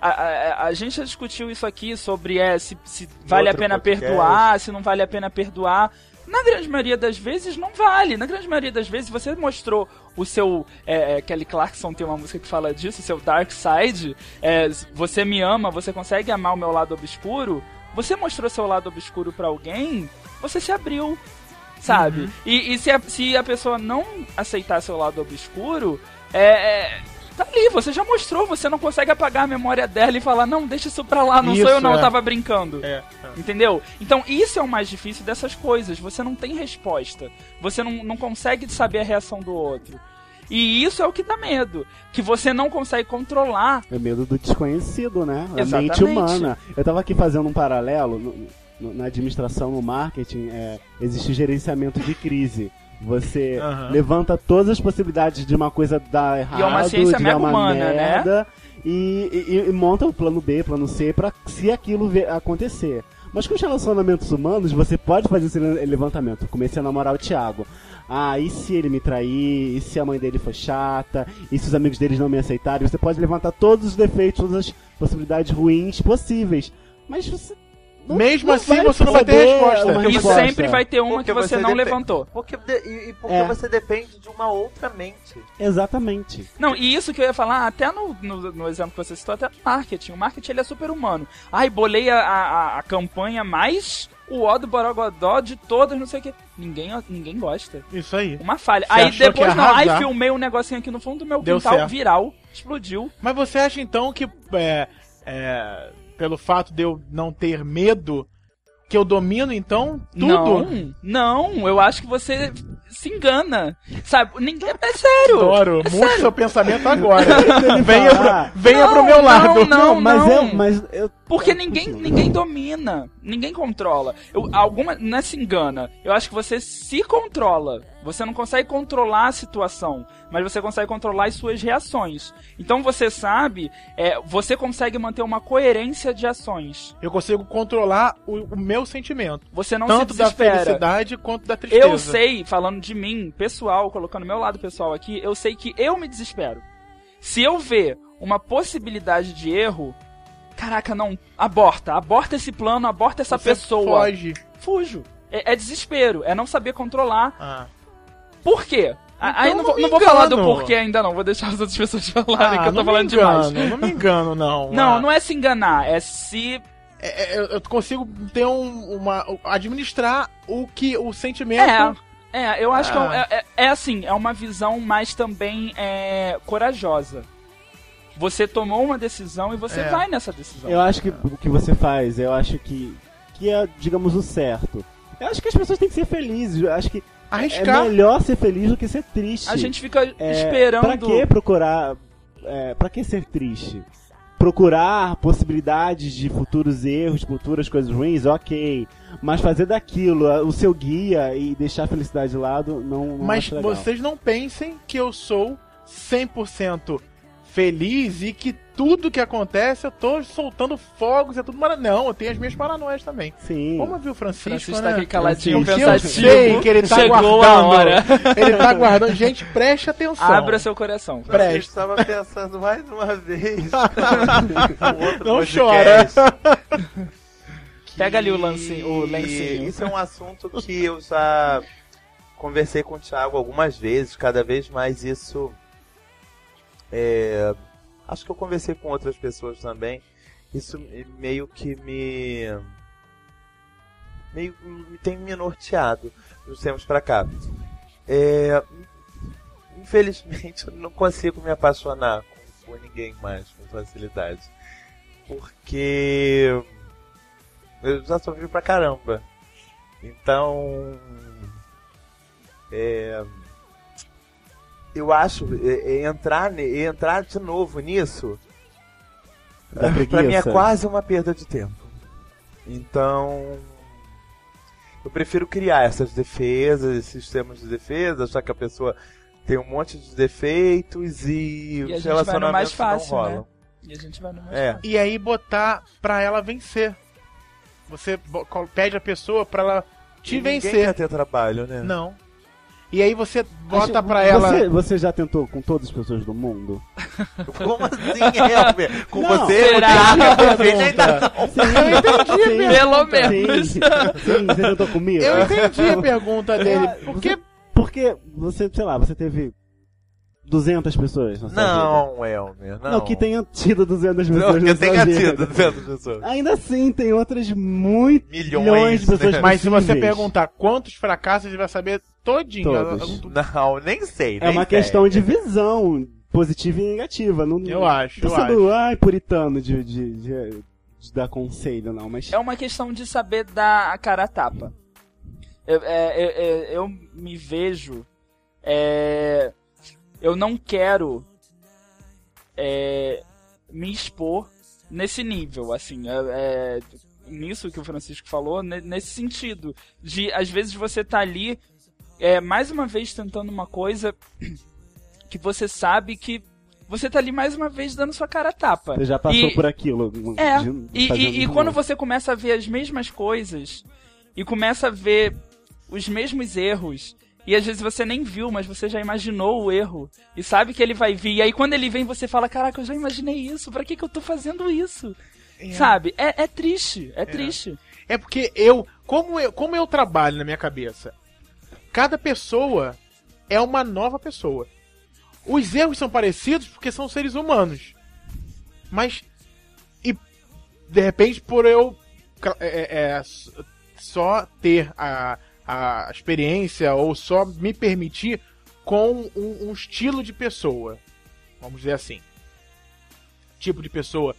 [SPEAKER 3] A, a- a- a gente já discutiu isso aqui sobre é, se, se vale a
[SPEAKER 4] outro
[SPEAKER 3] pena
[SPEAKER 4] podcast.
[SPEAKER 3] perdoar, se não vale a pena perdoar. Na grande maioria das vezes não vale. Na grande maioria das vezes você mostrou o seu. é, é, Kelly Clarkson tem uma música que fala disso, o seu Dark Side. é, você me ama, você consegue amar o meu lado obscuro. Você mostrou seu lado obscuro pra alguém, você se abriu.
[SPEAKER 2] Uhum.
[SPEAKER 3] Sabe? E, e se, a, se a pessoa não aceitar seu lado obscuro, é, é, Tá ali, você já mostrou, você não consegue apagar a memória dela e falar, não, deixa isso pra lá, não
[SPEAKER 2] Isso,
[SPEAKER 3] sou eu não,
[SPEAKER 2] é.
[SPEAKER 3] tava brincando.
[SPEAKER 2] É, é.
[SPEAKER 3] Entendeu? Então isso é o mais difícil dessas coisas. Você não tem resposta. Você não, não consegue saber a reação do outro. E isso é o que dá medo. Que você não consegue controlar.
[SPEAKER 5] É medo do desconhecido, né? A mente
[SPEAKER 3] Exatamente.
[SPEAKER 5] humana. Eu tava aqui fazendo um paralelo no- no- na administração, no marketing, é, existe gerenciamento de crise. Você
[SPEAKER 3] Ah.
[SPEAKER 2] Aham.
[SPEAKER 5] levanta todas as possibilidades de uma coisa dar errado,
[SPEAKER 3] é uma ciência
[SPEAKER 5] de
[SPEAKER 3] mega
[SPEAKER 5] dar uma
[SPEAKER 3] humana, né?
[SPEAKER 5] merda, e, e- e monta o plano B, plano C, pra se aquilo ve- acontecer. Mas com os relacionamentos humanos, você pode fazer esse le- levantamento. Comecei a namorar o Thiago. Ah, e se ele me trair? E se a mãe dele for chata? E se os amigos deles não me aceitarem? Você pode levantar todos os defeitos, todas as possibilidades ruins possíveis. Mas você Não-
[SPEAKER 2] Mesmo
[SPEAKER 5] não
[SPEAKER 2] assim,
[SPEAKER 5] vai
[SPEAKER 2] você não vai ter
[SPEAKER 5] poder
[SPEAKER 2] resposta.
[SPEAKER 5] uma
[SPEAKER 2] Eu
[SPEAKER 3] E
[SPEAKER 5] resposta.
[SPEAKER 3] sempre vai ter uma
[SPEAKER 4] Porque
[SPEAKER 3] que você
[SPEAKER 4] você
[SPEAKER 3] não
[SPEAKER 4] depende.
[SPEAKER 3] levantou.
[SPEAKER 4] Porque, de- e, e porque
[SPEAKER 5] É.
[SPEAKER 4] você depende de uma outra mente.
[SPEAKER 5] Exatamente.
[SPEAKER 3] Não, e isso que eu ia falar, até no, no, no exemplo que você citou, até no marketing. O marketing ele é super humano. Ai, bolei a, a, a campanha mais o ó do Borogodó de todas, não sei o quê. Ninguém, ninguém gosta.
[SPEAKER 2] Isso aí.
[SPEAKER 3] Uma falha.
[SPEAKER 2] Você
[SPEAKER 3] aí
[SPEAKER 2] achou que
[SPEAKER 3] depois
[SPEAKER 2] ia
[SPEAKER 3] não, ai,
[SPEAKER 2] arrasar.
[SPEAKER 3] filmei um negocinho aqui no fundo do meu
[SPEAKER 2] Deu
[SPEAKER 3] quintal,
[SPEAKER 2] certo.
[SPEAKER 3] viral, explodiu.
[SPEAKER 2] Mas você acha então que é, é, pelo fato de eu não ter medo, que eu domino então tudo?
[SPEAKER 3] Não, não, eu acho que você se engana. Sabe? Ninguém. É sério!
[SPEAKER 2] Adoro, muda seu pensamento [laughs] agora. venha
[SPEAKER 5] falar.
[SPEAKER 2] pro, venha
[SPEAKER 3] Não,
[SPEAKER 2] pro meu
[SPEAKER 3] não,
[SPEAKER 2] lado.
[SPEAKER 3] Não,
[SPEAKER 5] mas
[SPEAKER 3] não.
[SPEAKER 5] eu. Mas eu
[SPEAKER 3] Porque
[SPEAKER 5] eu-
[SPEAKER 3] ninguém, ninguém domina, ninguém controla. Eu, alguma não é se engana. Eu acho que você se controla. Você não consegue controlar a situação, mas você consegue controlar as suas reações. Então você sabe, é, você consegue manter uma coerência de ações.
[SPEAKER 2] Eu consigo controlar o, o meu sentimento,
[SPEAKER 3] Você não
[SPEAKER 2] tanto
[SPEAKER 3] se
[SPEAKER 2] da
[SPEAKER 3] desespera.
[SPEAKER 2] felicidade quanto da tristeza.
[SPEAKER 3] Eu sei, falando de mim, pessoal, colocando meu lado pessoal aqui, eu sei que eu me desespero. Se eu ver uma possibilidade de erro, caraca, não, aborta, aborta esse plano, aborta essa
[SPEAKER 2] Você
[SPEAKER 3] pessoa.
[SPEAKER 2] Foge.
[SPEAKER 3] Fujo. É, é desespero, é não saber controlar.
[SPEAKER 2] Ah.
[SPEAKER 3] Por quê? A-
[SPEAKER 2] Então
[SPEAKER 3] Aí não,
[SPEAKER 2] não
[SPEAKER 3] vou,
[SPEAKER 2] me
[SPEAKER 3] não vou falar do
[SPEAKER 2] engano.
[SPEAKER 3] porquê ainda não, vou deixar as outras pessoas [laughs] falarem
[SPEAKER 2] Ah,
[SPEAKER 3] que eu tô
[SPEAKER 2] não me
[SPEAKER 3] falando
[SPEAKER 2] engano,
[SPEAKER 3] demais.
[SPEAKER 2] Não me engano, não.
[SPEAKER 3] [laughs] Não,
[SPEAKER 2] Ah.
[SPEAKER 3] não é se enganar, é se
[SPEAKER 2] É, é, eu- eu consigo ter um, uma. administrar o que. o sentimento.
[SPEAKER 3] É, é, eu acho que é, um-
[SPEAKER 2] Ah.
[SPEAKER 3] é- é- é assim, é uma visão mais também é, corajosa. Você tomou uma decisão e você
[SPEAKER 2] É.
[SPEAKER 3] vai nessa decisão.
[SPEAKER 5] Eu acho que o que você faz, eu acho que. Que é, digamos, o certo. Eu acho que as pessoas têm que ser felizes. Eu acho que é
[SPEAKER 2] Arriscar.
[SPEAKER 5] melhor ser feliz do que ser triste.
[SPEAKER 3] A gente fica
[SPEAKER 5] É,
[SPEAKER 3] esperando.
[SPEAKER 5] Pra que procurar. É, pra que ser triste? Procurar possibilidades de futuros erros, futuras coisas ruins, ok. Mas fazer daquilo é, o seu guia e deixar a felicidade de lado não. não
[SPEAKER 2] mas
[SPEAKER 5] acho legal.
[SPEAKER 2] vocês não pensem que eu sou 100% feliz e que tudo que acontece eu tô soltando fogos, é tudo mara... Não, eu tenho as minhas paranoias também.
[SPEAKER 5] Sim.
[SPEAKER 2] Como viu o Francisco,
[SPEAKER 3] Francisco
[SPEAKER 2] né?
[SPEAKER 3] tá aqui caladinho,
[SPEAKER 2] O que
[SPEAKER 3] pensativo.
[SPEAKER 2] eu sei que ele tá
[SPEAKER 3] Chegou
[SPEAKER 2] guardando.
[SPEAKER 3] a hora.
[SPEAKER 2] [laughs] Ele tá guardando. Gente, preste atenção.
[SPEAKER 3] Abra seu coração.
[SPEAKER 4] Eu
[SPEAKER 2] Presta.
[SPEAKER 4] estava pensando mais uma vez.
[SPEAKER 2] [laughs]
[SPEAKER 4] Um
[SPEAKER 2] Não
[SPEAKER 4] chora.
[SPEAKER 3] Pega ali o lance- o lencinho.
[SPEAKER 4] Isso é um assunto que eu já conversei com o Thiago algumas vezes, cada vez mais isso. é, acho que eu conversei com outras pessoas também. Isso me- meio que me. meio me tem me norteado dos tempos pra cá. É, infelizmente [laughs] eu não consigo me apaixonar por ninguém mais com facilidade. Porque eu já sofri pra caramba. Então. é, eu acho é, é entrar, ne- entrar de novo nisso
[SPEAKER 5] Dá
[SPEAKER 4] Pra mim é
[SPEAKER 5] preguiça.
[SPEAKER 4] quase uma perda de tempo. Então, eu prefiro criar essas defesas, esses sistemas de defesa, achar que a pessoa tem um monte de defeitos e,
[SPEAKER 3] a gente vai
[SPEAKER 4] os
[SPEAKER 3] no
[SPEAKER 4] relacionamentos
[SPEAKER 3] mais fácil, né?
[SPEAKER 4] não rolam.
[SPEAKER 3] E a gente vai no
[SPEAKER 4] É.
[SPEAKER 2] E aí botar pra ela vencer. Você bo- co- pede a pessoa pra ela te
[SPEAKER 4] E ninguém
[SPEAKER 2] vencer.
[SPEAKER 4] quer ter trabalho, né?
[SPEAKER 2] Não. E aí você
[SPEAKER 5] Acho-
[SPEAKER 2] bota pra ela.
[SPEAKER 5] Você, você já tentou com todas as pessoas do mundo?
[SPEAKER 4] [laughs] Como assim, Helmer? Com
[SPEAKER 5] Não,
[SPEAKER 4] você,
[SPEAKER 3] será?
[SPEAKER 4] o Thiago, você ainda
[SPEAKER 5] Sim, eu entendi, sim,
[SPEAKER 3] Pelo menos.
[SPEAKER 5] Sim, sim, você tentou comigo?
[SPEAKER 2] Eu entendi a pergunta
[SPEAKER 5] [laughs]
[SPEAKER 2] dele. Porque
[SPEAKER 5] Porque você, sei lá, você teve 200 pessoas na sua vida.
[SPEAKER 4] Não, Helmer, não.
[SPEAKER 5] Não, que tenha tido 200
[SPEAKER 4] Não,
[SPEAKER 5] pessoas na
[SPEAKER 4] que tenha
[SPEAKER 5] sua vida.
[SPEAKER 4] tido 200 pessoas.
[SPEAKER 5] Ainda assim, tem outras muito
[SPEAKER 4] Milhões,
[SPEAKER 5] milhões de pessoas
[SPEAKER 4] né?
[SPEAKER 2] Mas se você
[SPEAKER 5] possíveis.
[SPEAKER 2] perguntar quantos fracassos, ele vai saber todinho.
[SPEAKER 5] Todos.
[SPEAKER 2] Eu-
[SPEAKER 4] [laughs] Não, nem sei.
[SPEAKER 5] É
[SPEAKER 4] nem
[SPEAKER 5] uma
[SPEAKER 4] sei.
[SPEAKER 5] questão de visão positiva e negativa. Não,
[SPEAKER 2] Eu acho,
[SPEAKER 5] Tô
[SPEAKER 2] eu
[SPEAKER 5] sendo,
[SPEAKER 2] acho.
[SPEAKER 5] ai, puritano de, de, de- de dar conselho, não, mas.
[SPEAKER 3] É uma questão de saber dar a cara a tapa. Eu, é, é, é, eu me vejo. é, eu não quero é, me expor nesse nível, assim. é, é, nisso que o Francisco falou, ne- nesse sentido. De às vezes você tá ali, é, mais uma vez tentando uma coisa [clears throat] que você sabe que. Você tá ali mais uma vez dando sua cara a tapa.
[SPEAKER 5] Você já passou
[SPEAKER 3] E-
[SPEAKER 5] por aquilo.
[SPEAKER 3] é.
[SPEAKER 5] de-
[SPEAKER 3] E,
[SPEAKER 5] fazendo
[SPEAKER 3] e- e
[SPEAKER 5] de
[SPEAKER 3] quando
[SPEAKER 5] um novo.
[SPEAKER 3] você começa a ver as mesmas coisas e começa a ver os mesmos erros, e às vezes você nem viu, mas você já imaginou o erro e sabe que ele vai vir. E aí quando ele vem, você fala: Caraca, eu já imaginei isso, pra que, que eu tô fazendo isso? Sabe? É, é triste, é, triste.
[SPEAKER 2] É porque eu como, eu. como eu trabalho na minha cabeça? Cada pessoa é uma nova pessoa. Os erros são parecidos porque são seres humanos. Mas. E de repente, por eu cla- é, é, s- só ter a, a experiência ou só me permitir com um, um estilo de pessoa. Vamos dizer assim. Tipo de pessoa.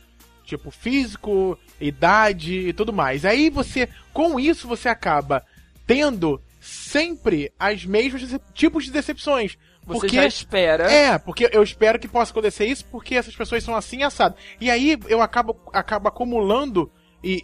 [SPEAKER 2] Tipo físico, idade e tudo mais. Aí você. Com isso você acaba tendo sempre as mesmas dece- tipos de decepções.
[SPEAKER 3] Você
[SPEAKER 2] porque
[SPEAKER 3] já espera.
[SPEAKER 2] é, porque eu espero que possa acontecer isso, porque essas pessoas são assim assado. E aí eu acabo, acabo acumulando e, e-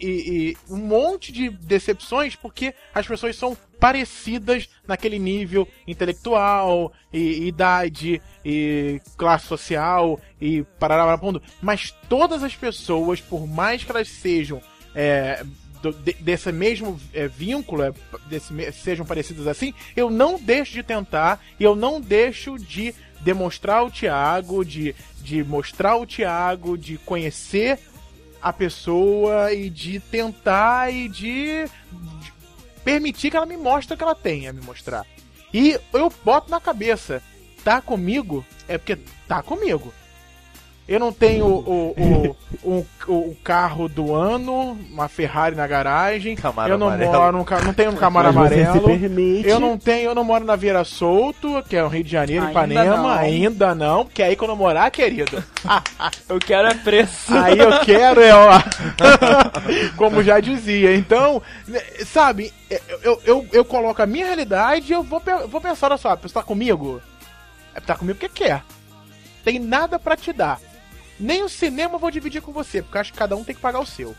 [SPEAKER 2] e um monte de decepções, porque as pessoas são parecidas naquele nível intelectual, e, e idade, e classe social, e parará, parará, pondo. Mas todas as pessoas, por mais que elas sejam é, do- de- desse mesmo é, vínculo, é, desse me- sejam parecidas assim, eu não deixo de tentar e eu não deixo de demonstrar o Tiago, de, de mostrar o Tiago, de conhecer a pessoa e de tentar e de, de permitir que ela me mostre o que ela tem a me mostrar. E eu boto na cabeça, tá comigo é porque tá comigo. Eu não tenho o, o, o, o, o carro do ano, uma Ferrari na garagem.
[SPEAKER 4] Camaro
[SPEAKER 2] eu não
[SPEAKER 4] amarelo.
[SPEAKER 2] moro, num ca- não tenho um Camaro
[SPEAKER 5] Mas você se
[SPEAKER 2] amarelo.
[SPEAKER 5] permite.
[SPEAKER 2] Eu não tenho, eu não moro na Vieira Solto, que é o Rio de Janeiro,
[SPEAKER 3] Ainda
[SPEAKER 2] Ipanema,
[SPEAKER 3] não.
[SPEAKER 2] ainda não, porque aí quando eu morar,
[SPEAKER 4] [laughs]
[SPEAKER 2] querido,
[SPEAKER 3] Eu quero é preço.
[SPEAKER 2] aí eu quero é, ó. [laughs] Como já dizia. Então, né, sabe, eu, eu, eu coloco a minha realidade e eu vou, pe- eu vou pensar, olha só, a pessoa tá comigo? É tá comigo porque quer. Tem nada pra te dar. Nem o cinema eu vou dividir com você, porque eu acho que cada um tem que pagar o
[SPEAKER 4] [laughs]
[SPEAKER 2] seu.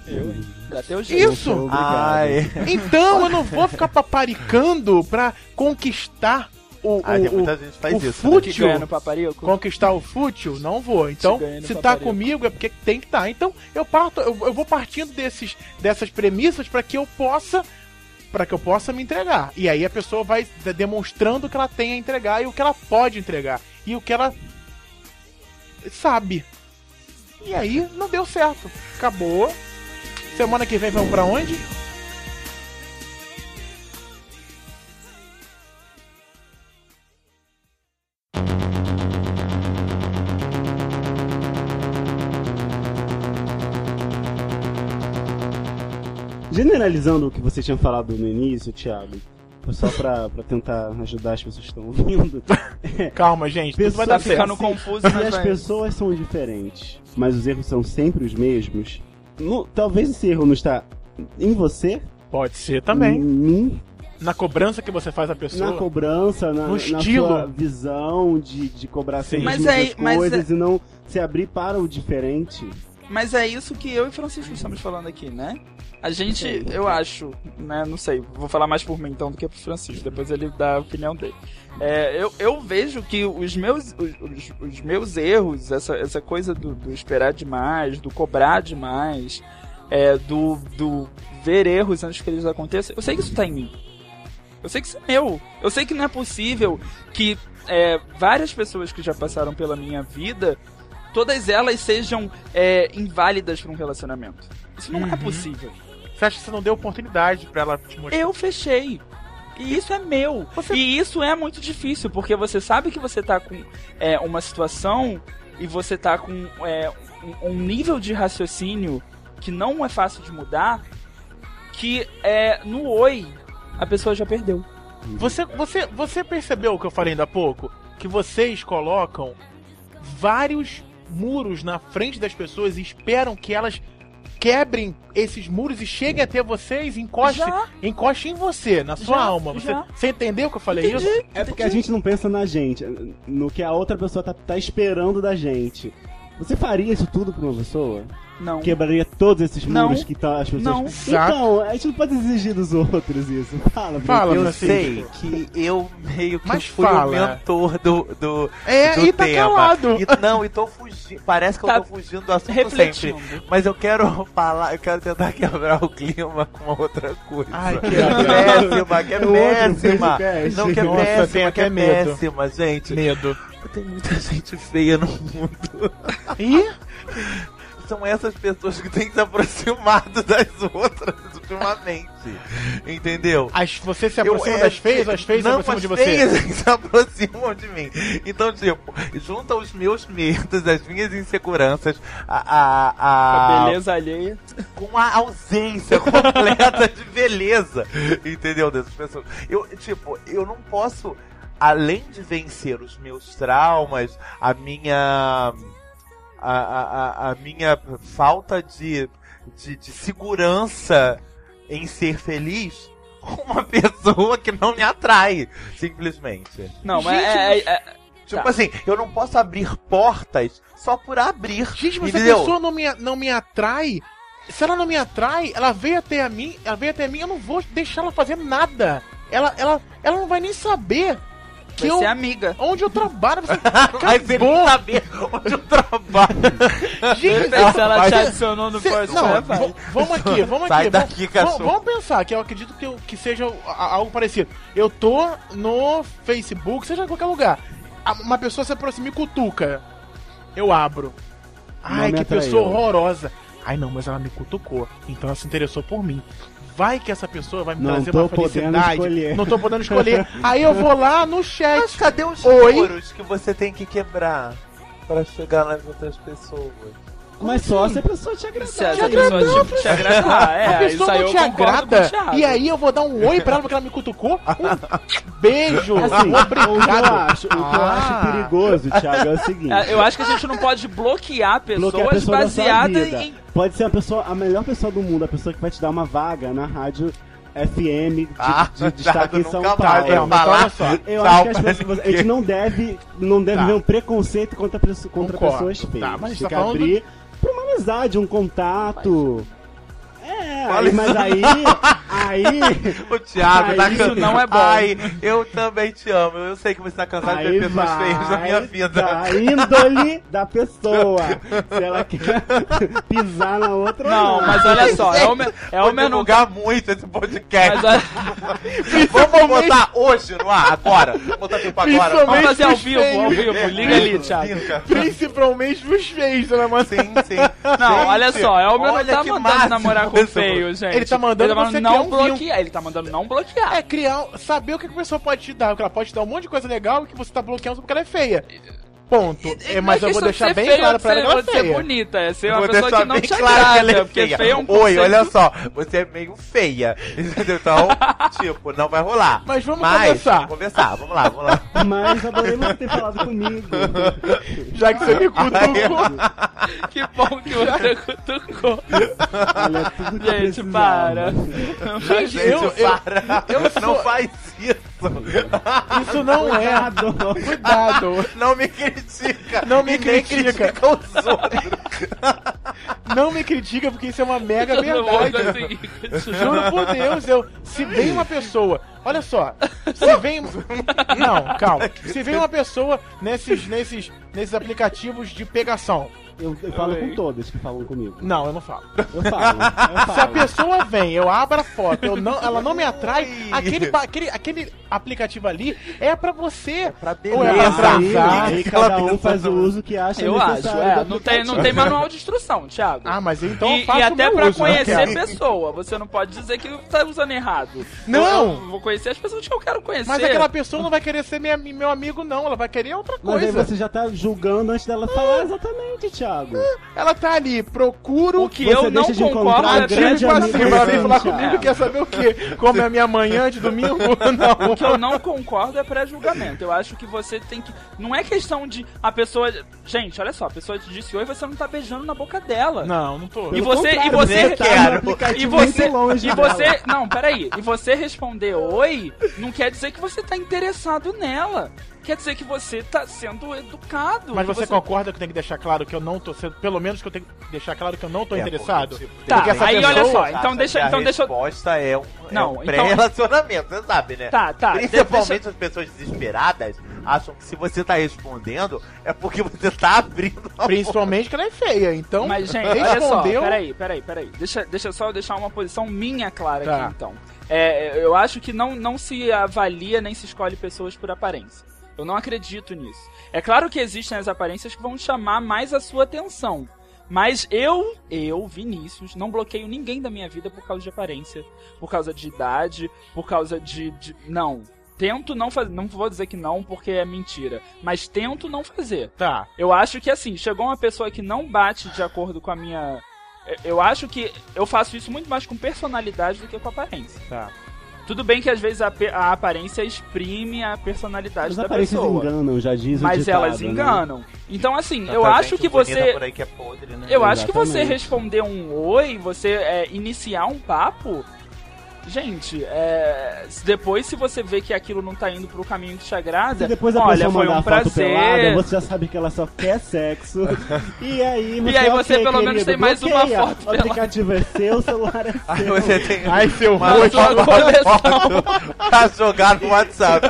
[SPEAKER 3] [laughs] Dá teu jeito.
[SPEAKER 2] Isso!
[SPEAKER 5] Obrigado.
[SPEAKER 2] Então eu não vou ficar paparicando pra conquistar o,
[SPEAKER 4] Ah, tem
[SPEAKER 2] o- o,
[SPEAKER 4] muita gente que faz
[SPEAKER 2] o
[SPEAKER 4] isso. né?
[SPEAKER 3] Que
[SPEAKER 2] fútil.
[SPEAKER 3] ganha no paparico.
[SPEAKER 2] Conquistar o fútil? Não vou. Então,
[SPEAKER 3] ganha no
[SPEAKER 2] se tá
[SPEAKER 3] paparico.
[SPEAKER 2] comigo é porque tem que estar. Tá. Então, eu parto, eu, eu vou partindo desses, dessas premissas pra que eu possa para que eu possa me entregar. E aí a pessoa vai de- demonstrando o que ela tem a entregar e o que ela pode entregar e o que ela sabe. E aí não deu certo. Acabou. Semana que vem vamos pra onde?
[SPEAKER 5] Generalizando o que você tinha falado no início, Thiago, só pra, pra tentar ajudar as pessoas que estão ouvindo.
[SPEAKER 2] Calma, gente. Tudo vai
[SPEAKER 5] Pessoa
[SPEAKER 3] Tá
[SPEAKER 2] dar certo.
[SPEAKER 3] ficando
[SPEAKER 5] Assim,
[SPEAKER 3] confuso,
[SPEAKER 5] Se
[SPEAKER 3] mas
[SPEAKER 5] as
[SPEAKER 3] vai.
[SPEAKER 5] pessoas são diferentes, mas os erros são sempre os mesmos, no- talvez esse erro não está em você,
[SPEAKER 2] Pode ser
[SPEAKER 5] em
[SPEAKER 2] também.
[SPEAKER 5] mim,
[SPEAKER 2] Na cobrança que você faz a pessoa.
[SPEAKER 5] na cobrança, na,
[SPEAKER 2] No
[SPEAKER 5] na
[SPEAKER 2] estilo.
[SPEAKER 5] sua visão de, de cobrar
[SPEAKER 2] Sim.
[SPEAKER 5] sempre as
[SPEAKER 3] Mas
[SPEAKER 5] mesmas
[SPEAKER 3] aí- mas é-
[SPEAKER 5] coisas e não se abrir para o diferente.
[SPEAKER 3] Mas é isso que eu e Francisco estamos falando aqui, né? A gente, eu acho, né? Não sei, vou falar mais por mim então do que pro Francisco, depois ele dá a opinião dele. É, eu, eu vejo que os meus, os, os- os meus erros, essa, essa coisa do, do esperar demais, do cobrar demais, é, do, do ver erros antes que eles aconteçam, eu sei que isso tá em mim. Eu sei que isso é meu. Eu sei que não é possível que é, várias pessoas que já passaram pela minha vida, todas elas sejam é, inválidas para um relacionamento. Isso não é possível.
[SPEAKER 2] Você acha que você não deu oportunidade pra ela te mostrar?
[SPEAKER 3] Eu fechei. E isso é meu. E isso é muito difícil, porque você sabe que você tá com é, uma situação e você tá com é, um, um nível de raciocínio que não é fácil de mudar, que é, no oi a pessoa já perdeu.
[SPEAKER 2] Você, você, você percebeu o que eu falei ainda há pouco? Que vocês colocam vários muros na frente das pessoas e esperam que elas quebrem esses muros e cheguem até vocês e encostem,
[SPEAKER 3] Já.
[SPEAKER 2] encostem em você, na sua
[SPEAKER 3] Já,
[SPEAKER 2] alma. Você,
[SPEAKER 3] já.
[SPEAKER 2] você entendeu o que eu falei
[SPEAKER 3] Entendi.
[SPEAKER 2] isso?
[SPEAKER 5] É porque a gente não pensa na gente, no que a outra pessoa tá, tá esperando da gente. Você faria isso tudo pra uma pessoa?
[SPEAKER 3] Não.
[SPEAKER 5] Quebraria todos esses
[SPEAKER 3] Não.
[SPEAKER 5] muros que tá, as pessoas.
[SPEAKER 3] Não.
[SPEAKER 5] Então, a gente não pode exigir dos outros isso. Fala,
[SPEAKER 2] Fala,
[SPEAKER 5] Bruno.
[SPEAKER 4] Eu
[SPEAKER 2] Francisco.
[SPEAKER 4] sei que eu meio que
[SPEAKER 2] Mas
[SPEAKER 4] fui
[SPEAKER 2] fala.
[SPEAKER 4] o mentor do, do,
[SPEAKER 2] É,
[SPEAKER 4] do
[SPEAKER 2] e tá
[SPEAKER 4] tema.
[SPEAKER 2] calado.
[SPEAKER 4] E- não, e tô fugindo. Parece que
[SPEAKER 3] Tá
[SPEAKER 4] eu tô fugindo do assunto
[SPEAKER 3] Refletindo.
[SPEAKER 4] sempre. Mas eu quero [laughs] falar, eu quero tentar [laughs] quebrar o clima com uma outra coisa.
[SPEAKER 2] Ai, que
[SPEAKER 4] que é péssima, que é
[SPEAKER 5] É outro
[SPEAKER 4] péssima.
[SPEAKER 5] podcast.
[SPEAKER 4] Não, que é
[SPEAKER 2] Nossa, tem
[SPEAKER 4] péssima, que
[SPEAKER 2] até
[SPEAKER 4] é
[SPEAKER 2] medo.
[SPEAKER 4] péssima, gente.
[SPEAKER 2] Medo.
[SPEAKER 4] [laughs] Tem muita gente feia no mundo.
[SPEAKER 2] E
[SPEAKER 4] são essas pessoas que têm se aproximado [laughs] das outras ultimamente. Entendeu?
[SPEAKER 2] As, você se
[SPEAKER 4] Eu-
[SPEAKER 2] aproxima
[SPEAKER 4] é,
[SPEAKER 2] das feias, as feias se
[SPEAKER 4] não,
[SPEAKER 2] aproximam
[SPEAKER 4] as
[SPEAKER 2] de você.
[SPEAKER 4] feias [laughs] se aproximam de mim. Então, tipo, junta os meus medos, as minhas inseguranças, a- a-
[SPEAKER 3] A
[SPEAKER 4] a
[SPEAKER 3] beleza alheia.
[SPEAKER 4] com a ausência [laughs] completa de beleza, entendeu? Dessas pessoas. Eu, tipo, eu não posso, além de vencer os meus traumas, a minha. a, a, a- a minha falta de, de, de segurança em ser feliz. Uma [laughs] pessoa que não me atrai, simplesmente.
[SPEAKER 3] Não, mas é, é- é-
[SPEAKER 4] Tipo
[SPEAKER 3] Tá.
[SPEAKER 4] assim, eu não posso abrir portas só por abrir.
[SPEAKER 2] Gente, mas se a
[SPEAKER 4] entendeu?
[SPEAKER 2] pessoa não me, não me atrai, se ela não me atrai, ela veio até a mim, ela veio até a mim, eu não vou deixar ela fazer nada. Ela, ela, ela não vai nem saber que
[SPEAKER 3] vai
[SPEAKER 2] eu,
[SPEAKER 3] ser amiga.
[SPEAKER 2] onde eu trabalho.
[SPEAKER 4] [laughs]
[SPEAKER 2] Você...
[SPEAKER 4] Mas ele não saber onde eu trabalho.
[SPEAKER 2] Gente,
[SPEAKER 3] Se ela
[SPEAKER 4] vai-
[SPEAKER 3] te adicionou no
[SPEAKER 2] Cê-
[SPEAKER 3] Force,
[SPEAKER 2] não,
[SPEAKER 3] vai.
[SPEAKER 2] v- vamos
[SPEAKER 3] [laughs]
[SPEAKER 2] aqui, vamos
[SPEAKER 4] Sai
[SPEAKER 2] aqui.
[SPEAKER 4] daqui,
[SPEAKER 2] vamos,
[SPEAKER 4] cachorro.
[SPEAKER 2] vamos- vamos pensar, que eu acredito que, eu- que seja o- a- algo parecido. Eu tô no Facebook, seja em qualquer lugar. A- Uma pessoa se aproxima e cutuca. Eu abro. Ai,
[SPEAKER 5] me
[SPEAKER 2] que
[SPEAKER 5] atraiu.
[SPEAKER 2] pessoa horrorosa. Ai, não, mas ela me cutucou. Então ela se interessou por mim. Vai que essa pessoa vai me
[SPEAKER 5] Não
[SPEAKER 2] trazer
[SPEAKER 5] tô
[SPEAKER 2] uma
[SPEAKER 5] podendo
[SPEAKER 2] felicidade.
[SPEAKER 5] escolher.
[SPEAKER 2] Não tô podendo
[SPEAKER 5] [laughs]
[SPEAKER 2] escolher. Aí eu vou lá no chat.
[SPEAKER 4] Mas cadê os
[SPEAKER 2] Oi?
[SPEAKER 4] muros que você tem que quebrar pra chegar nas outras pessoas?
[SPEAKER 5] Mas só se a pessoa te agradar.
[SPEAKER 3] Se essa pessoa te, te agradar, é,
[SPEAKER 2] a
[SPEAKER 3] isso
[SPEAKER 2] pessoa
[SPEAKER 3] aí
[SPEAKER 2] não
[SPEAKER 3] eu
[SPEAKER 2] te
[SPEAKER 3] concordo com o
[SPEAKER 2] agrada,
[SPEAKER 3] Thiago.
[SPEAKER 2] e aí eu vou dar um oi pra ela porque ela me cutucou.
[SPEAKER 5] [laughs]
[SPEAKER 2] Um beijo,
[SPEAKER 5] Assim, o que eu
[SPEAKER 2] obrigado.
[SPEAKER 5] acho, o que eu acho perigoso, Thiago, é o seguinte.
[SPEAKER 3] É, Eu acho que a gente não pode bloquear pessoas
[SPEAKER 5] Bloquear a pessoa da sua
[SPEAKER 3] baseadas
[SPEAKER 5] vida.
[SPEAKER 3] em.
[SPEAKER 5] Pode ser a pessoa, a melhor pessoa do mundo, a pessoa que vai te dar uma vaga na rádio FM de,
[SPEAKER 4] Ah, [laughs]
[SPEAKER 5] de destaque em
[SPEAKER 4] Thiago,
[SPEAKER 5] São
[SPEAKER 4] nunca
[SPEAKER 5] Paulo.
[SPEAKER 4] mais
[SPEAKER 2] É,
[SPEAKER 4] eu
[SPEAKER 2] mas
[SPEAKER 4] falar.
[SPEAKER 2] olha só,
[SPEAKER 5] Eu
[SPEAKER 4] Tchau
[SPEAKER 5] acho que as
[SPEAKER 4] pra
[SPEAKER 3] [laughs]
[SPEAKER 5] pessoas, a
[SPEAKER 4] ninguém.
[SPEAKER 5] gente não deve, não deve
[SPEAKER 2] Tá.
[SPEAKER 5] ver um preconceito contra, preso- contra
[SPEAKER 2] Concordo.
[SPEAKER 5] pessoas
[SPEAKER 2] Tá,
[SPEAKER 5] feias.
[SPEAKER 2] mas a gente
[SPEAKER 5] Tem
[SPEAKER 2] tá
[SPEAKER 5] que
[SPEAKER 2] falando
[SPEAKER 5] abrir pra uma amizade, um contato. É,
[SPEAKER 4] Fala
[SPEAKER 5] aí- mas aí, aí,
[SPEAKER 4] O Thiago
[SPEAKER 5] Ai,
[SPEAKER 4] tá
[SPEAKER 5] isso
[SPEAKER 4] can-
[SPEAKER 3] não é bom.
[SPEAKER 4] Ai, eu também te amo. Eu sei que você tá cansado de
[SPEAKER 5] aí
[SPEAKER 4] ver pessoas
[SPEAKER 5] vai
[SPEAKER 4] feias na minha vida.
[SPEAKER 5] da índole da pessoa. Se ela quer [laughs] pisar na outra
[SPEAKER 3] Não, mas olha só, é o, me- é
[SPEAKER 4] Vou
[SPEAKER 3] o menor.
[SPEAKER 4] divulgar muito esse podcast.
[SPEAKER 3] Mas olha,
[SPEAKER 4] Vamos botar hoje no ar, agora. Vamos botar tipo agora.
[SPEAKER 3] vamos
[SPEAKER 2] Principalmente
[SPEAKER 3] fazer ao
[SPEAKER 2] os
[SPEAKER 3] vivo, ao
[SPEAKER 2] feios.
[SPEAKER 3] vivo. Liga ali, Thiago.
[SPEAKER 4] Liga.
[SPEAKER 2] Principalmente os feios, né, mano?
[SPEAKER 4] Sim, sim.
[SPEAKER 3] Não,
[SPEAKER 4] Gente,
[SPEAKER 3] olha só, é o meu
[SPEAKER 4] olha
[SPEAKER 3] tá
[SPEAKER 4] que
[SPEAKER 3] mandando
[SPEAKER 4] máximo
[SPEAKER 3] namorar com
[SPEAKER 4] isso.
[SPEAKER 3] feio, gente.
[SPEAKER 2] Ele tá mandando você criar
[SPEAKER 3] não
[SPEAKER 2] um
[SPEAKER 3] bloquear. Ele tá mandando não bloquear.
[SPEAKER 2] É criar, saber o que a pessoa pode te dar, porque ela pode te dar um monte de coisa legal que você tá bloqueando só porque ela é feia. Ponto. É, mas
[SPEAKER 3] Não é
[SPEAKER 2] eu vou
[SPEAKER 3] questão de
[SPEAKER 2] deixar
[SPEAKER 3] ser
[SPEAKER 2] bem
[SPEAKER 3] feio,
[SPEAKER 2] claro
[SPEAKER 3] de
[SPEAKER 2] pra ela
[SPEAKER 3] ser-
[SPEAKER 2] que ela é
[SPEAKER 3] de ser
[SPEAKER 2] feia.
[SPEAKER 3] bonita, é ser
[SPEAKER 4] Vou
[SPEAKER 3] uma pessoa
[SPEAKER 4] deixar
[SPEAKER 3] que não
[SPEAKER 4] bem
[SPEAKER 3] te
[SPEAKER 4] claro que ela
[SPEAKER 3] agrada,
[SPEAKER 4] é
[SPEAKER 3] porque
[SPEAKER 4] feia.
[SPEAKER 3] feio é um
[SPEAKER 4] Oi,
[SPEAKER 3] conceito-
[SPEAKER 4] olha só, você é meio feia. [laughs] Entendeu?
[SPEAKER 3] [laughs]
[SPEAKER 4] Então, tipo, não vai rolar.
[SPEAKER 2] Mas vamos conversar.
[SPEAKER 4] Vamos conversar, vamos lá, vamos lá.
[SPEAKER 5] Mas adorei você ter falado comigo.
[SPEAKER 2] Já que [laughs] você me cutucou.
[SPEAKER 3] [laughs] Que bom que você cutucou.
[SPEAKER 5] Olha, tudo que eu
[SPEAKER 3] Gente,
[SPEAKER 5] precisava.
[SPEAKER 3] para.
[SPEAKER 2] Gente, [laughs] eu,
[SPEAKER 4] Gente,
[SPEAKER 2] eu-
[SPEAKER 4] para.
[SPEAKER 2] eu sou-
[SPEAKER 4] [laughs] Não faz isso. [laughs]
[SPEAKER 2] isso não é.
[SPEAKER 5] Adoro.
[SPEAKER 2] Cuidado.
[SPEAKER 4] Não me critica.
[SPEAKER 2] Não [laughs] me
[SPEAKER 4] E nem
[SPEAKER 2] critica.
[SPEAKER 4] os outros.
[SPEAKER 2] Não me critica, porque isso é uma mega
[SPEAKER 3] Eu não vou
[SPEAKER 2] verdade.
[SPEAKER 3] conseguir continuar.
[SPEAKER 2] Juro por Deus, eu. Se vem uma pessoa. Olha só. Se vem. Não, calma. Se vem uma pessoa nesses, nesses, nesses aplicativos de pegação.
[SPEAKER 5] Eu, eu falo
[SPEAKER 3] Oi.
[SPEAKER 5] com todas que falam comigo.
[SPEAKER 2] Não, eu não falo.
[SPEAKER 5] Eu falo. Eu
[SPEAKER 2] Se a
[SPEAKER 5] falo.
[SPEAKER 2] pessoa vem, eu abro a foto, eu não, ela não me atrai,
[SPEAKER 4] Ui.
[SPEAKER 2] aquele, ba- aquele, aquele aplicativo ali é pra você.
[SPEAKER 4] Pra
[SPEAKER 2] Ou é [laughs] pra
[SPEAKER 5] Ah, aí,
[SPEAKER 2] transar.
[SPEAKER 5] aí
[SPEAKER 4] Que
[SPEAKER 5] cada um
[SPEAKER 4] pensa
[SPEAKER 5] faz o
[SPEAKER 4] também.
[SPEAKER 5] uso que acha
[SPEAKER 3] Eu acho,
[SPEAKER 5] necessário.
[SPEAKER 3] é.
[SPEAKER 5] do
[SPEAKER 3] Não tem, não
[SPEAKER 5] aplicativo.
[SPEAKER 3] tem manual de instrução, Thiago.
[SPEAKER 2] Ah, mas então eu
[SPEAKER 3] e,
[SPEAKER 2] faço
[SPEAKER 3] e até
[SPEAKER 2] o meu
[SPEAKER 3] pra
[SPEAKER 2] uso, né?
[SPEAKER 3] conhecer [laughs] a pessoa. Você não pode dizer que tá usando errado.
[SPEAKER 2] Não!
[SPEAKER 3] Eu, eu vou conhecer as pessoas que eu quero conhecer.
[SPEAKER 2] Mas aquela pessoa não vai querer ser minha- meu amigo, não. Ela vai querer outra
[SPEAKER 5] Mas aí
[SPEAKER 2] coisa.
[SPEAKER 5] você já tá julgando antes dela falar exatamente, Thiago.
[SPEAKER 2] Ela tá ali, procuro
[SPEAKER 3] O que
[SPEAKER 5] Você
[SPEAKER 3] eu não
[SPEAKER 5] deixa de
[SPEAKER 3] concordo
[SPEAKER 5] encontrar
[SPEAKER 3] é
[SPEAKER 5] a grande
[SPEAKER 2] Tipo
[SPEAKER 5] amigo
[SPEAKER 2] assim, ela vem
[SPEAKER 5] Sancho.
[SPEAKER 2] falar comigo
[SPEAKER 3] É.
[SPEAKER 2] quer saber o quê? Como é a minha manhã de domingo? [laughs] Não.
[SPEAKER 3] O que eu não concordo é pré-julgamento. Eu acho que você tem que. Não é questão de a pessoa. Gente, olha só, a pessoa te disse oi, você não tá beijando na boca dela.
[SPEAKER 2] Não, não tô.
[SPEAKER 3] E você- e
[SPEAKER 5] contrário,
[SPEAKER 3] você-
[SPEAKER 5] né? Tá
[SPEAKER 4] Quero.
[SPEAKER 5] no aplicativo
[SPEAKER 3] E você.
[SPEAKER 5] muito longe
[SPEAKER 3] E
[SPEAKER 5] dela.
[SPEAKER 3] você. Não, peraí. E você responder oi não quer dizer que você tá interessado nela. Quer dizer que você tá sendo educado.
[SPEAKER 2] Mas
[SPEAKER 3] que
[SPEAKER 2] você concorda que eu tenho que deixar claro que eu não tô sendo. Pelo menos que eu tenho que deixar claro que eu não tô
[SPEAKER 4] É,
[SPEAKER 2] interessado?
[SPEAKER 4] porque, tipo,
[SPEAKER 3] Tá,
[SPEAKER 4] tem essa
[SPEAKER 3] aí
[SPEAKER 4] pessoa
[SPEAKER 3] olha só,
[SPEAKER 4] que
[SPEAKER 3] então
[SPEAKER 4] acha
[SPEAKER 3] deixa-
[SPEAKER 4] que
[SPEAKER 3] então
[SPEAKER 4] a
[SPEAKER 3] deixa eu-
[SPEAKER 4] resposta é um,
[SPEAKER 3] Não,
[SPEAKER 4] é um
[SPEAKER 3] então-
[SPEAKER 4] pré-relacionamento, você sabe, né?
[SPEAKER 3] Tá, tá.
[SPEAKER 4] Principalmente
[SPEAKER 3] deixa-
[SPEAKER 4] as pessoas desesperadas acham que se você tá respondendo, é porque você tá abrindo a
[SPEAKER 2] Principalmente que ela é feia, então.
[SPEAKER 3] Mas, gente, olha só,
[SPEAKER 2] respondeu.
[SPEAKER 3] peraí, peraí, peraí. Deixa, deixa só eu deixar uma posição minha clara
[SPEAKER 2] Tá.
[SPEAKER 3] aqui, então. É, eu acho que não, não se avalia nem se escolhe pessoas por aparência. Eu não acredito nisso. É claro que existem as aparências que vão chamar mais a sua atenção. Mas eu, eu, Vinícius, não bloqueio ninguém da minha vida por causa de aparência, por causa de idade, por causa de. de- não. Tento não fazer. Não vou dizer que não, porque é mentira. Mas tento não fazer.
[SPEAKER 2] Tá.
[SPEAKER 3] Eu acho que assim, chegou uma pessoa que não bate de acordo com a minha. eu- Eu acho que eu faço isso muito mais com personalidade do que com aparência.
[SPEAKER 2] Tá.
[SPEAKER 3] Tudo bem que às vezes a, pe- a aparência exprime a personalidade
[SPEAKER 5] As
[SPEAKER 3] da
[SPEAKER 5] aparências
[SPEAKER 3] pessoa.
[SPEAKER 5] enganam, já diz o
[SPEAKER 3] Mas
[SPEAKER 5] ditado,
[SPEAKER 3] elas
[SPEAKER 5] né?
[SPEAKER 3] enganam. Então, assim, eu
[SPEAKER 4] Tanta
[SPEAKER 3] acho
[SPEAKER 4] gente
[SPEAKER 3] que
[SPEAKER 4] bonita
[SPEAKER 3] você.
[SPEAKER 4] Tá por aí que é podre, né?
[SPEAKER 3] Eu acho que você
[SPEAKER 5] Exatamente.
[SPEAKER 3] responder um oi, você é, iniciar um papo. Gente, é, se depois se você vê que aquilo não tá indo pro caminho que te agrada,
[SPEAKER 5] Se depois a
[SPEAKER 3] olha,
[SPEAKER 5] pessoa
[SPEAKER 3] foi
[SPEAKER 5] mandar
[SPEAKER 3] um
[SPEAKER 5] a foto
[SPEAKER 3] prazer.
[SPEAKER 5] pelada, você já sabe que ela só quer
[SPEAKER 3] [laughs]
[SPEAKER 5] sexo. E aí você, é
[SPEAKER 3] E aí você,
[SPEAKER 5] "Ok,
[SPEAKER 3] pelo menos,
[SPEAKER 5] querido,
[SPEAKER 3] tem mais uma
[SPEAKER 5] bloqueia.
[SPEAKER 3] foto
[SPEAKER 5] O
[SPEAKER 3] pelada."
[SPEAKER 5] aplicativo é seu, o
[SPEAKER 3] [laughs]
[SPEAKER 5] celular é seu.
[SPEAKER 4] [laughs] Aí você
[SPEAKER 2] [laughs]
[SPEAKER 4] tem [laughs]
[SPEAKER 2] Ai, seu
[SPEAKER 4] Mas
[SPEAKER 2] rosto.
[SPEAKER 3] Sua coleção.
[SPEAKER 4] [laughs] pra jogar no WhatsApp.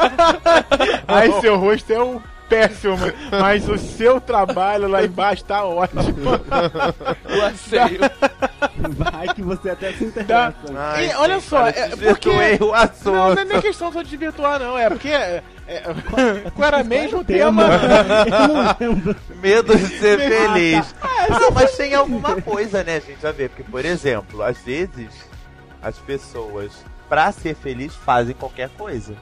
[SPEAKER 2] Ai, seu rosto é um péssimo, mas o seu trabalho lá embaixo tá ótimo.
[SPEAKER 3] [laughs] Laceio.
[SPEAKER 5] Vai que você até se
[SPEAKER 2] Tá.
[SPEAKER 5] interessa.
[SPEAKER 4] Ai,
[SPEAKER 2] E olha
[SPEAKER 4] gente,
[SPEAKER 2] só,
[SPEAKER 4] cara,
[SPEAKER 2] é-
[SPEAKER 4] desvirtuei o assunto.
[SPEAKER 2] Não, não é nem questão só de desvirtuar, não. É porque. É, [laughs] é, qual era mesmo o tema?
[SPEAKER 5] [laughs] Eu não lembro.
[SPEAKER 4] Medo de ser feliz. Ah, mas tem alguma coisa, né, gente? A ver, porque, por exemplo, às vezes as pessoas, pra ser feliz, fazem qualquer coisa.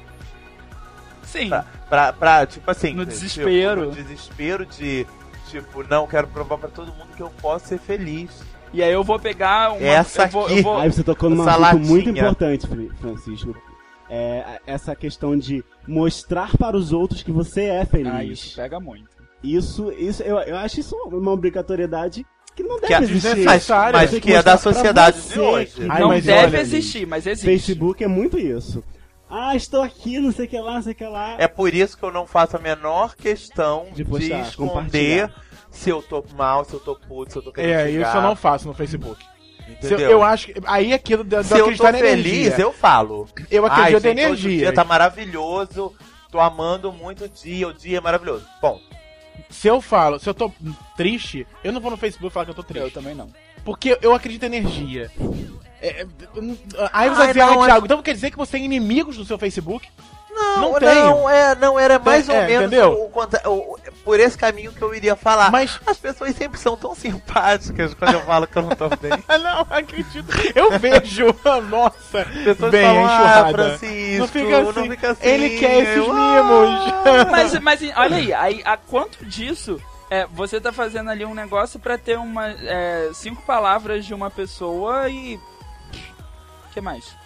[SPEAKER 3] Sim.
[SPEAKER 4] Pra, pra, pra, tipo assim.
[SPEAKER 3] No
[SPEAKER 4] tipo,
[SPEAKER 3] desespero.
[SPEAKER 4] no desespero de, tipo, não, quero provar pra todo mundo que eu posso ser feliz.
[SPEAKER 3] E aí eu vou pegar uma.
[SPEAKER 4] Essa
[SPEAKER 3] eu vou,
[SPEAKER 4] aqui.
[SPEAKER 3] Eu vou,
[SPEAKER 5] Aí você tocou num
[SPEAKER 4] Essa
[SPEAKER 5] assunto muito
[SPEAKER 4] latinha.
[SPEAKER 5] importante, Fri- Francisco. É a- essa questão de mostrar para os outros que você é
[SPEAKER 3] Ah,
[SPEAKER 5] feliz.
[SPEAKER 3] isso pega muito.
[SPEAKER 5] Isso, isso eu, eu acho isso uma obrigatoriedade que não deve
[SPEAKER 4] Que é
[SPEAKER 5] existir.
[SPEAKER 4] mas, mas
[SPEAKER 5] Você tem
[SPEAKER 4] que é da
[SPEAKER 5] mostrar pra
[SPEAKER 4] sociedade de
[SPEAKER 5] você
[SPEAKER 4] hoje.
[SPEAKER 5] Ai,
[SPEAKER 3] não
[SPEAKER 5] mas
[SPEAKER 3] deve
[SPEAKER 5] olha,
[SPEAKER 3] existir, mas existe.
[SPEAKER 5] Facebook é muito isso. Ah, estou aqui, não sei o que lá, não sei o que lá.
[SPEAKER 4] É por isso que eu não faço a menor questão de,
[SPEAKER 5] De postar,
[SPEAKER 4] esconder
[SPEAKER 5] compartilhar.
[SPEAKER 4] se eu tô mal, se eu tô puto, se eu tô querendo
[SPEAKER 2] É, isso
[SPEAKER 4] chegar,
[SPEAKER 2] eu não faço no Facebook. Se eu,
[SPEAKER 4] entendeu?
[SPEAKER 2] eu acho que. Aí é aquilo da, da
[SPEAKER 4] Se eu tô
[SPEAKER 2] acreditar na
[SPEAKER 4] feliz,
[SPEAKER 2] energia.
[SPEAKER 4] eu falo.
[SPEAKER 2] Eu
[SPEAKER 4] Ai,
[SPEAKER 2] acredito na
[SPEAKER 4] gente, hoje o
[SPEAKER 2] energia.
[SPEAKER 4] dia tá maravilhoso, tô amando muito o dia, o dia é maravilhoso. Bom,
[SPEAKER 2] Se eu falo, se eu tô triste, eu não vou no Facebook falar que eu tô
[SPEAKER 3] Eu
[SPEAKER 2] triste.
[SPEAKER 3] também não.
[SPEAKER 2] Porque eu acredito em energia. É, é, n- aí você
[SPEAKER 4] Ai,
[SPEAKER 2] vai dizer, ah,
[SPEAKER 4] não, é-
[SPEAKER 2] Thiago, então quer dizer que você tem inimigos no seu Facebook?
[SPEAKER 4] não,
[SPEAKER 2] Não
[SPEAKER 4] não,
[SPEAKER 2] tenho.
[SPEAKER 4] é, não era mais
[SPEAKER 2] Tem-
[SPEAKER 4] ou
[SPEAKER 2] é,
[SPEAKER 4] menos
[SPEAKER 2] entendeu?
[SPEAKER 4] o contra- o- o- por esse caminho que eu iria falar.
[SPEAKER 2] Mas-
[SPEAKER 4] as pessoas sempre são tão simpáticas quando eu falo que eu não tô bem.
[SPEAKER 2] Ah, não, acredito. Eu vejo, [laughs] nossa,
[SPEAKER 4] pessoas
[SPEAKER 2] bem
[SPEAKER 4] falam, ah,
[SPEAKER 2] enxurrada.
[SPEAKER 4] Francisco,
[SPEAKER 2] Não fica assim.
[SPEAKER 4] não fica assim.
[SPEAKER 2] Ele quer esses
[SPEAKER 4] eu,
[SPEAKER 2] mimos.
[SPEAKER 3] Mas, mas olha aí, aí, a quanto disso é, você tá fazendo ali um negócio pra ter uma é, cinco palavras de uma pessoa e. que mais?
[SPEAKER 2] [laughs]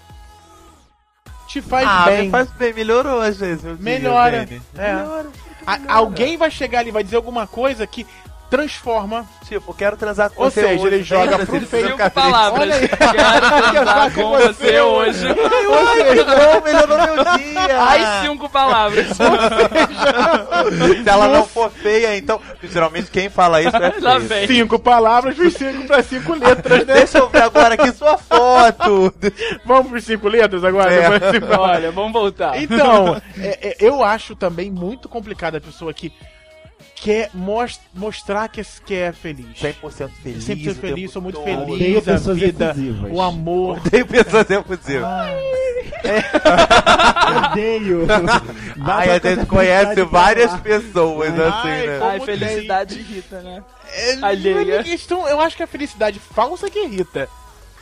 [SPEAKER 2] Te faz
[SPEAKER 4] ah,
[SPEAKER 2] bem.
[SPEAKER 4] me faz bem, melhorou às vezes. meu dia,
[SPEAKER 2] Melhora.
[SPEAKER 4] Dani.
[SPEAKER 2] É.
[SPEAKER 4] Melhora.
[SPEAKER 2] A- alguém vai chegar ali, vai dizer alguma coisa que transforma.
[SPEAKER 4] Tipo, quero transar com
[SPEAKER 2] Ou
[SPEAKER 4] você.
[SPEAKER 2] seja,
[SPEAKER 4] hoje,
[SPEAKER 2] ele joga
[SPEAKER 4] lembra,
[SPEAKER 2] pro
[SPEAKER 4] Francisco?
[SPEAKER 2] Facebook.
[SPEAKER 3] Cinco palavras.
[SPEAKER 2] Olha aí.
[SPEAKER 3] [laughs] Quero transar com você hoje.
[SPEAKER 4] [laughs]
[SPEAKER 2] Ou seja,
[SPEAKER 4] Não,
[SPEAKER 2] [laughs]
[SPEAKER 4] melhorou meu dia.
[SPEAKER 3] As cinco palavras.
[SPEAKER 4] Se ela não for feia, então. Geralmente quem fala isso
[SPEAKER 2] [laughs]
[SPEAKER 4] é
[SPEAKER 3] Lá
[SPEAKER 4] feio.
[SPEAKER 3] vem.
[SPEAKER 2] cinco palavras por cinco para cinco letras, né?
[SPEAKER 4] Deixa eu ver agora aqui sua foto.
[SPEAKER 2] Vamos por cinco letras agora?
[SPEAKER 4] É.
[SPEAKER 2] Depois
[SPEAKER 4] [laughs]
[SPEAKER 2] de cinco palavras.
[SPEAKER 3] Olha, vamos voltar.
[SPEAKER 2] Então, é- é, eu acho também muito complicado a pessoa que quer mos- mostrar que, que é feliz.
[SPEAKER 4] 100% feliz.
[SPEAKER 2] Sempre
[SPEAKER 4] o
[SPEAKER 2] sou
[SPEAKER 4] tempo
[SPEAKER 2] feliz, sou muito
[SPEAKER 4] todo.
[SPEAKER 2] feliz,
[SPEAKER 5] Odeio
[SPEAKER 2] a
[SPEAKER 5] pessoas
[SPEAKER 2] vida,
[SPEAKER 5] efusivas.
[SPEAKER 2] o amor.
[SPEAKER 4] Odeio pessoas impossíveis.
[SPEAKER 5] Ah. [laughs] Odeio.
[SPEAKER 4] Ai, a gente conhece várias pessoas assim, né?
[SPEAKER 2] Ai,
[SPEAKER 3] Ai,
[SPEAKER 2] como
[SPEAKER 3] felicidade irrita, né?
[SPEAKER 2] É,
[SPEAKER 3] Alheia.
[SPEAKER 2] mas a questão, eu acho que a felicidade falsa que irrita.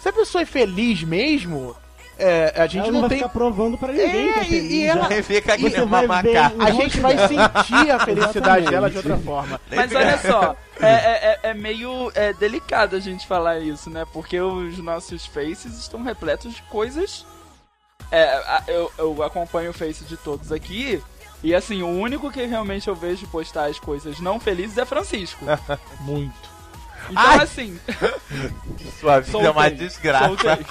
[SPEAKER 2] Se a pessoa é feliz mesmo, é, a gente
[SPEAKER 5] Ela
[SPEAKER 2] não,
[SPEAKER 5] não vai
[SPEAKER 2] tem.
[SPEAKER 5] ficar provando pra ninguém
[SPEAKER 2] É,
[SPEAKER 5] que é
[SPEAKER 2] e-
[SPEAKER 5] feliz,
[SPEAKER 2] e
[SPEAKER 5] já.
[SPEAKER 2] ela-
[SPEAKER 4] Aí Fica aqui
[SPEAKER 5] Você
[SPEAKER 4] uma
[SPEAKER 5] vai ver
[SPEAKER 4] macaca.
[SPEAKER 5] um
[SPEAKER 2] A gente vai sentir a felicidade
[SPEAKER 5] Exatamente.
[SPEAKER 2] dela de outra forma.
[SPEAKER 3] Mas olha só, é, é- é- é meio é, delicado a gente falar isso, né? Porque os nossos faces estão repletos de coisas. É, a- eu, eu acompanho o face de todos aqui. E assim, o único que realmente eu vejo postar as coisas não felizes é Francisco. Então,
[SPEAKER 2] Muito.
[SPEAKER 4] Ai!
[SPEAKER 3] assim. [laughs]
[SPEAKER 4] Sua vida é uma
[SPEAKER 3] soltei,
[SPEAKER 4] desgraça.
[SPEAKER 3] soltei.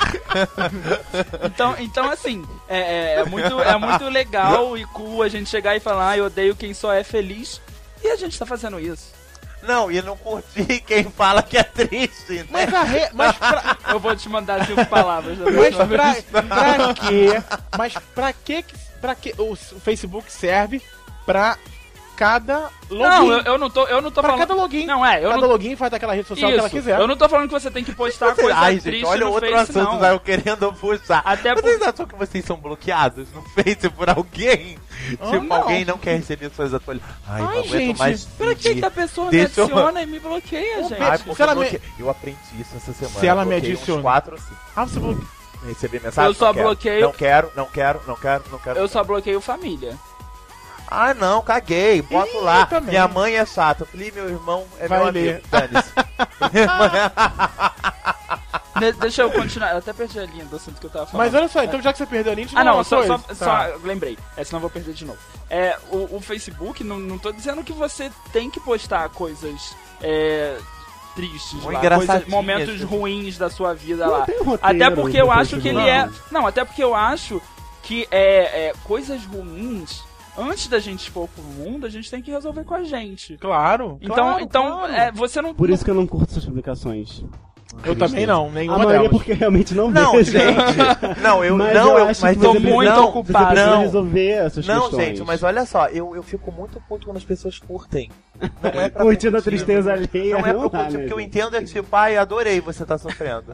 [SPEAKER 3] [laughs] então, então, assim, é, é- é muito, é muito legal e cool a gente chegar e falar, ah, eu odeio quem só é feliz. E a gente tá fazendo isso.
[SPEAKER 4] Não, e não curti quem fala que é triste, né?
[SPEAKER 2] Mas, a re- mas pra,
[SPEAKER 3] [laughs] Eu vou te mandar cinco palavras. da
[SPEAKER 2] mas
[SPEAKER 3] próxima vez.
[SPEAKER 2] pra, pra quê? Mas pra quê que. Pra quê? O, s- o Facebook serve pra cada login.
[SPEAKER 3] Não, eu, eu não tô, eu não tô
[SPEAKER 2] para
[SPEAKER 3] falando.
[SPEAKER 2] cada login.
[SPEAKER 3] Não, é, eu
[SPEAKER 2] cada
[SPEAKER 3] não.
[SPEAKER 2] login faz daquela rede social que ela
[SPEAKER 3] Isso.
[SPEAKER 2] quiser.
[SPEAKER 3] Eu não tô falando que você tem que postar
[SPEAKER 4] [laughs]
[SPEAKER 3] coisa
[SPEAKER 4] Ai,
[SPEAKER 3] triste
[SPEAKER 4] gente, olha
[SPEAKER 3] no
[SPEAKER 4] outro
[SPEAKER 3] Face,
[SPEAKER 4] assunto,
[SPEAKER 3] não.
[SPEAKER 4] vai eu querendo puxar.
[SPEAKER 3] Até
[SPEAKER 4] vocês acham que vocês são bloqueados no Face por alguém? tipo,
[SPEAKER 2] não.
[SPEAKER 4] alguém não quer receber suas atualizações.
[SPEAKER 2] Ai,
[SPEAKER 4] Ai, não aguento
[SPEAKER 2] gente,
[SPEAKER 4] mais.
[SPEAKER 3] Pra que tá-
[SPEAKER 4] fingir.
[SPEAKER 3] que a pessoa
[SPEAKER 4] Deixa
[SPEAKER 3] me
[SPEAKER 4] eu-
[SPEAKER 3] adiciona e me bloqueia, gente?
[SPEAKER 4] Ai,
[SPEAKER 2] Se
[SPEAKER 4] porque
[SPEAKER 2] ela
[SPEAKER 4] eu,
[SPEAKER 2] me-
[SPEAKER 4] bloqueei- eu aprendi isso essa semana.
[SPEAKER 2] Se ela me
[SPEAKER 4] Bloqueei uns
[SPEAKER 2] adiciona.
[SPEAKER 4] quatro ou cinco.
[SPEAKER 2] Ah, você falou que-
[SPEAKER 4] Receber mensagem?
[SPEAKER 3] Eu só
[SPEAKER 4] não quero.
[SPEAKER 3] bloqueio-
[SPEAKER 4] Não quero, não quero, não quero, não quero.
[SPEAKER 3] Eu só bloqueio família.
[SPEAKER 4] Ah, não, caguei, boto
[SPEAKER 2] Ih,
[SPEAKER 4] lá.
[SPEAKER 2] eu também.
[SPEAKER 4] Minha mãe é chata. Eu falei, meu irmão é
[SPEAKER 2] Vai
[SPEAKER 4] meu
[SPEAKER 2] ler.
[SPEAKER 4] amigo.
[SPEAKER 5] [laughs]
[SPEAKER 4] Dane-se.
[SPEAKER 3] De- deixa eu continuar. Eu até perdi a linha do assunto que eu tava falando.
[SPEAKER 2] Mas olha só, então já que você perdeu a linha, a gente
[SPEAKER 3] Ah,
[SPEAKER 2] dá
[SPEAKER 3] não,
[SPEAKER 2] uma
[SPEAKER 3] só, só,
[SPEAKER 2] coisa.
[SPEAKER 3] só-
[SPEAKER 2] Tá.
[SPEAKER 3] lembrei. É, senão eu vou perder de novo. É, o, o Facebook, não, não tô dizendo que você tem que postar coisas é, tristes
[SPEAKER 4] Ou
[SPEAKER 3] lá,
[SPEAKER 4] engraçadinhas,
[SPEAKER 3] coisas, momentos
[SPEAKER 4] assim.
[SPEAKER 3] ruins da sua vida
[SPEAKER 5] Não
[SPEAKER 3] lá.
[SPEAKER 5] tem um roteiro
[SPEAKER 3] Até porque eu
[SPEAKER 5] no
[SPEAKER 3] acho que ele
[SPEAKER 5] Facebook,
[SPEAKER 3] é.
[SPEAKER 5] não.
[SPEAKER 3] Não, até porque eu acho que é, é, coisas ruins, antes da gente expor pro mundo, a gente tem que resolver com a gente.
[SPEAKER 2] Claro.
[SPEAKER 3] Então,
[SPEAKER 2] claro,
[SPEAKER 3] então
[SPEAKER 2] claro.
[SPEAKER 3] é, você não.
[SPEAKER 5] Por isso que eu não curto suas publicações.
[SPEAKER 2] Eu também não,
[SPEAKER 5] A
[SPEAKER 2] nenhuma
[SPEAKER 5] maioria
[SPEAKER 2] delas.
[SPEAKER 5] é porque realmente não
[SPEAKER 4] Não,
[SPEAKER 5] vejo. [laughs]
[SPEAKER 4] gente. Não, eu
[SPEAKER 5] Mas
[SPEAKER 4] não,
[SPEAKER 5] eu
[SPEAKER 4] eu,
[SPEAKER 5] acho
[SPEAKER 4] mas
[SPEAKER 5] que
[SPEAKER 4] tô
[SPEAKER 5] você
[SPEAKER 4] muito
[SPEAKER 5] precisa- Você
[SPEAKER 4] ocupado.
[SPEAKER 5] precisa
[SPEAKER 4] Não,
[SPEAKER 5] resolver essas
[SPEAKER 4] não,
[SPEAKER 5] questões.
[SPEAKER 4] gente, mas olha só, eu, eu fico muito puto quando as pessoas curtem. Não é pra
[SPEAKER 5] Curtindo a
[SPEAKER 4] curtir.
[SPEAKER 5] tristeza alheia.
[SPEAKER 4] Não é pra
[SPEAKER 5] dá,
[SPEAKER 4] curtir,
[SPEAKER 5] né,
[SPEAKER 4] porque eu
[SPEAKER 5] gente?
[SPEAKER 4] entendo é tipo, ai, adorei você tá sofrendo.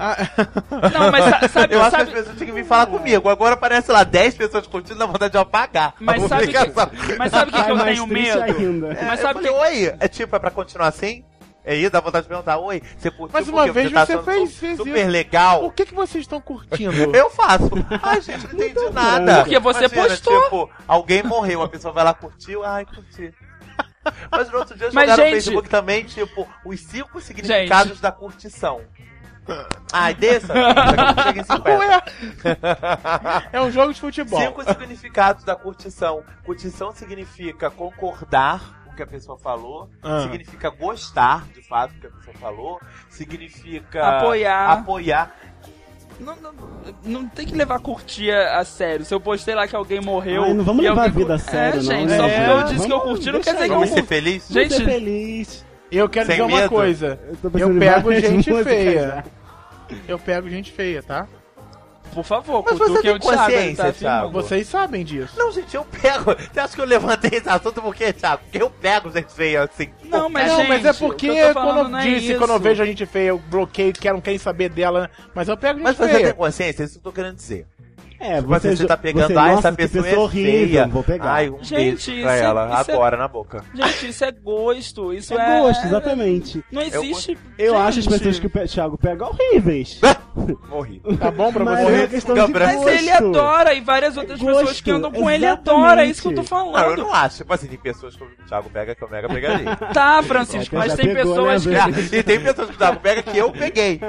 [SPEAKER 3] Não,
[SPEAKER 5] [laughs]
[SPEAKER 3] mas sa- Ah, sabe,
[SPEAKER 4] eu acho que
[SPEAKER 3] sabe,
[SPEAKER 4] as pessoas tinham que vir falar comigo. Agora aparece lá 10 pessoas curtindo, na vontade de eu apagar.
[SPEAKER 3] Mas
[SPEAKER 4] a
[SPEAKER 3] sabe que-
[SPEAKER 4] publicação.
[SPEAKER 3] mas sabe o que,
[SPEAKER 5] Vai
[SPEAKER 3] que eu
[SPEAKER 5] Tá mais
[SPEAKER 3] tenho
[SPEAKER 5] triste
[SPEAKER 3] medo?
[SPEAKER 5] ainda.
[SPEAKER 4] É,
[SPEAKER 3] Mas
[SPEAKER 4] eu
[SPEAKER 3] sabe
[SPEAKER 4] falei, oi, é tipo, é pra continuar assim? É isso, dá vontade de perguntar, oi, você curtiu
[SPEAKER 2] Mas
[SPEAKER 4] porque
[SPEAKER 2] uma vez
[SPEAKER 4] tá
[SPEAKER 2] você
[SPEAKER 4] achando
[SPEAKER 2] fez-
[SPEAKER 4] su-
[SPEAKER 2] fez
[SPEAKER 4] super
[SPEAKER 2] isso.
[SPEAKER 4] legal.
[SPEAKER 2] Por Então que, que vocês estão curtindo?
[SPEAKER 5] [laughs]
[SPEAKER 4] Eu faço. Ai, gente,
[SPEAKER 2] [laughs]
[SPEAKER 4] não entendi nada.
[SPEAKER 3] Porque você postou.
[SPEAKER 4] Tipo, alguém morreu, a pessoa vai lá, curtiu,
[SPEAKER 2] [laughs]
[SPEAKER 4] ai, curti. Mas no outro dia
[SPEAKER 3] Mas,
[SPEAKER 4] jogaram no
[SPEAKER 3] gente-
[SPEAKER 4] Facebook também, tipo, os cinco significados da curtição. Ai, desça. Chega em 50.
[SPEAKER 2] Ah, Ué,
[SPEAKER 4] [laughs]
[SPEAKER 2] é um jogo de futebol.
[SPEAKER 4] Cinco significados da curtição. Curtição significa concordar com o que a pessoa falou,
[SPEAKER 2] Ah.
[SPEAKER 4] significa gostar, de fato, do que a pessoa falou,
[SPEAKER 5] Ah,
[SPEAKER 4] significa
[SPEAKER 3] Apoiar.
[SPEAKER 4] apoiar.
[SPEAKER 3] Não, não, não tem que levar a curtir a a sério. Se eu postei lá que alguém morreu.
[SPEAKER 5] Ai, não vamos
[SPEAKER 3] e
[SPEAKER 5] levar
[SPEAKER 3] alguém-
[SPEAKER 5] a vida a sério, não,
[SPEAKER 3] É, gente,
[SPEAKER 5] né?
[SPEAKER 3] só porque eu
[SPEAKER 2] É,
[SPEAKER 3] disse que eu
[SPEAKER 5] vamos-
[SPEAKER 3] curti, não
[SPEAKER 5] deixa
[SPEAKER 3] quer dizer
[SPEAKER 5] aí.
[SPEAKER 3] que
[SPEAKER 4] Vamos
[SPEAKER 3] eu
[SPEAKER 4] ser
[SPEAKER 3] curti.
[SPEAKER 4] felizes?
[SPEAKER 5] Vou ser
[SPEAKER 3] Gente-
[SPEAKER 5] tá feliz.
[SPEAKER 2] Eu quero
[SPEAKER 4] Sem
[SPEAKER 2] dizer uma
[SPEAKER 4] medo.
[SPEAKER 2] coisa.
[SPEAKER 5] Eu, tô
[SPEAKER 2] Eu
[SPEAKER 5] pensando em
[SPEAKER 2] pego
[SPEAKER 5] várias [laughs]
[SPEAKER 2] gente
[SPEAKER 5] músicas né?
[SPEAKER 2] feia.
[SPEAKER 5] já.
[SPEAKER 2] Eu pego gente feia, tá?
[SPEAKER 3] Por favor,
[SPEAKER 4] Mas
[SPEAKER 3] cutuque
[SPEAKER 4] você tem
[SPEAKER 3] o Thiago, ele
[SPEAKER 4] consciência,
[SPEAKER 3] tá afirmando.
[SPEAKER 4] Thiago?
[SPEAKER 2] Vocês sabem disso.
[SPEAKER 4] Não, gente, eu pego. Você acha que eu levantei esse assunto por quê, Thiago? Porque eu pego gente feia assim.
[SPEAKER 3] Não, mas,
[SPEAKER 2] não,
[SPEAKER 3] gente,
[SPEAKER 2] mas é
[SPEAKER 3] o
[SPEAKER 2] porque
[SPEAKER 3] que eu tô falando
[SPEAKER 2] quando
[SPEAKER 3] não
[SPEAKER 2] eu
[SPEAKER 3] é
[SPEAKER 2] disse,
[SPEAKER 3] isso.
[SPEAKER 2] quando eu vejo a gente feia, eu bloqueio, quero, não querem saber dela. né? Mas eu pego gente
[SPEAKER 4] Mas você tem
[SPEAKER 2] feia.
[SPEAKER 4] consciência? Isso que eu tô querendo dizer.
[SPEAKER 5] É,
[SPEAKER 4] Mas
[SPEAKER 5] você,
[SPEAKER 4] você, tá pegando,
[SPEAKER 5] você,
[SPEAKER 4] ai,
[SPEAKER 5] nossa,
[SPEAKER 4] essa
[SPEAKER 5] que
[SPEAKER 4] pessoa, é
[SPEAKER 5] horrível,
[SPEAKER 4] feia.
[SPEAKER 5] Vou pegar.
[SPEAKER 4] Ai, um
[SPEAKER 3] Gente,
[SPEAKER 4] beijo pra
[SPEAKER 3] isso é-
[SPEAKER 4] ela,
[SPEAKER 3] isso é-
[SPEAKER 4] agora, na boca.
[SPEAKER 3] Gente, isso é gosto, isso é...
[SPEAKER 5] é gosto, exatamente.
[SPEAKER 3] Não existe...
[SPEAKER 5] Eu
[SPEAKER 3] Gente,
[SPEAKER 5] acho as pessoas que o Pe- Thiago
[SPEAKER 4] [laughs]
[SPEAKER 5] pega horríveis.
[SPEAKER 4] Morri.
[SPEAKER 2] Tá bom pra
[SPEAKER 5] Mas
[SPEAKER 2] você?
[SPEAKER 5] é uma questão de
[SPEAKER 4] Gabriel.
[SPEAKER 3] Mas
[SPEAKER 5] gosto.
[SPEAKER 3] ele adora e várias outras
[SPEAKER 5] É Gosto,
[SPEAKER 3] pessoas que andam com ele
[SPEAKER 5] exatamente.
[SPEAKER 3] adoram, é isso que eu tô
[SPEAKER 4] Não, eu
[SPEAKER 3] falando.
[SPEAKER 4] não acho. Tipo assim, tem pessoas que o Thiago pega que eu mega pegaria.
[SPEAKER 3] Tá, Francisco,
[SPEAKER 5] É,
[SPEAKER 3] mas
[SPEAKER 5] já
[SPEAKER 3] tem
[SPEAKER 5] pegou,
[SPEAKER 3] pessoas
[SPEAKER 5] né,
[SPEAKER 3] que...
[SPEAKER 5] velho?
[SPEAKER 4] É, e tem pessoas que o Thiago pega que eu
[SPEAKER 3] [laughs]
[SPEAKER 4] peguei.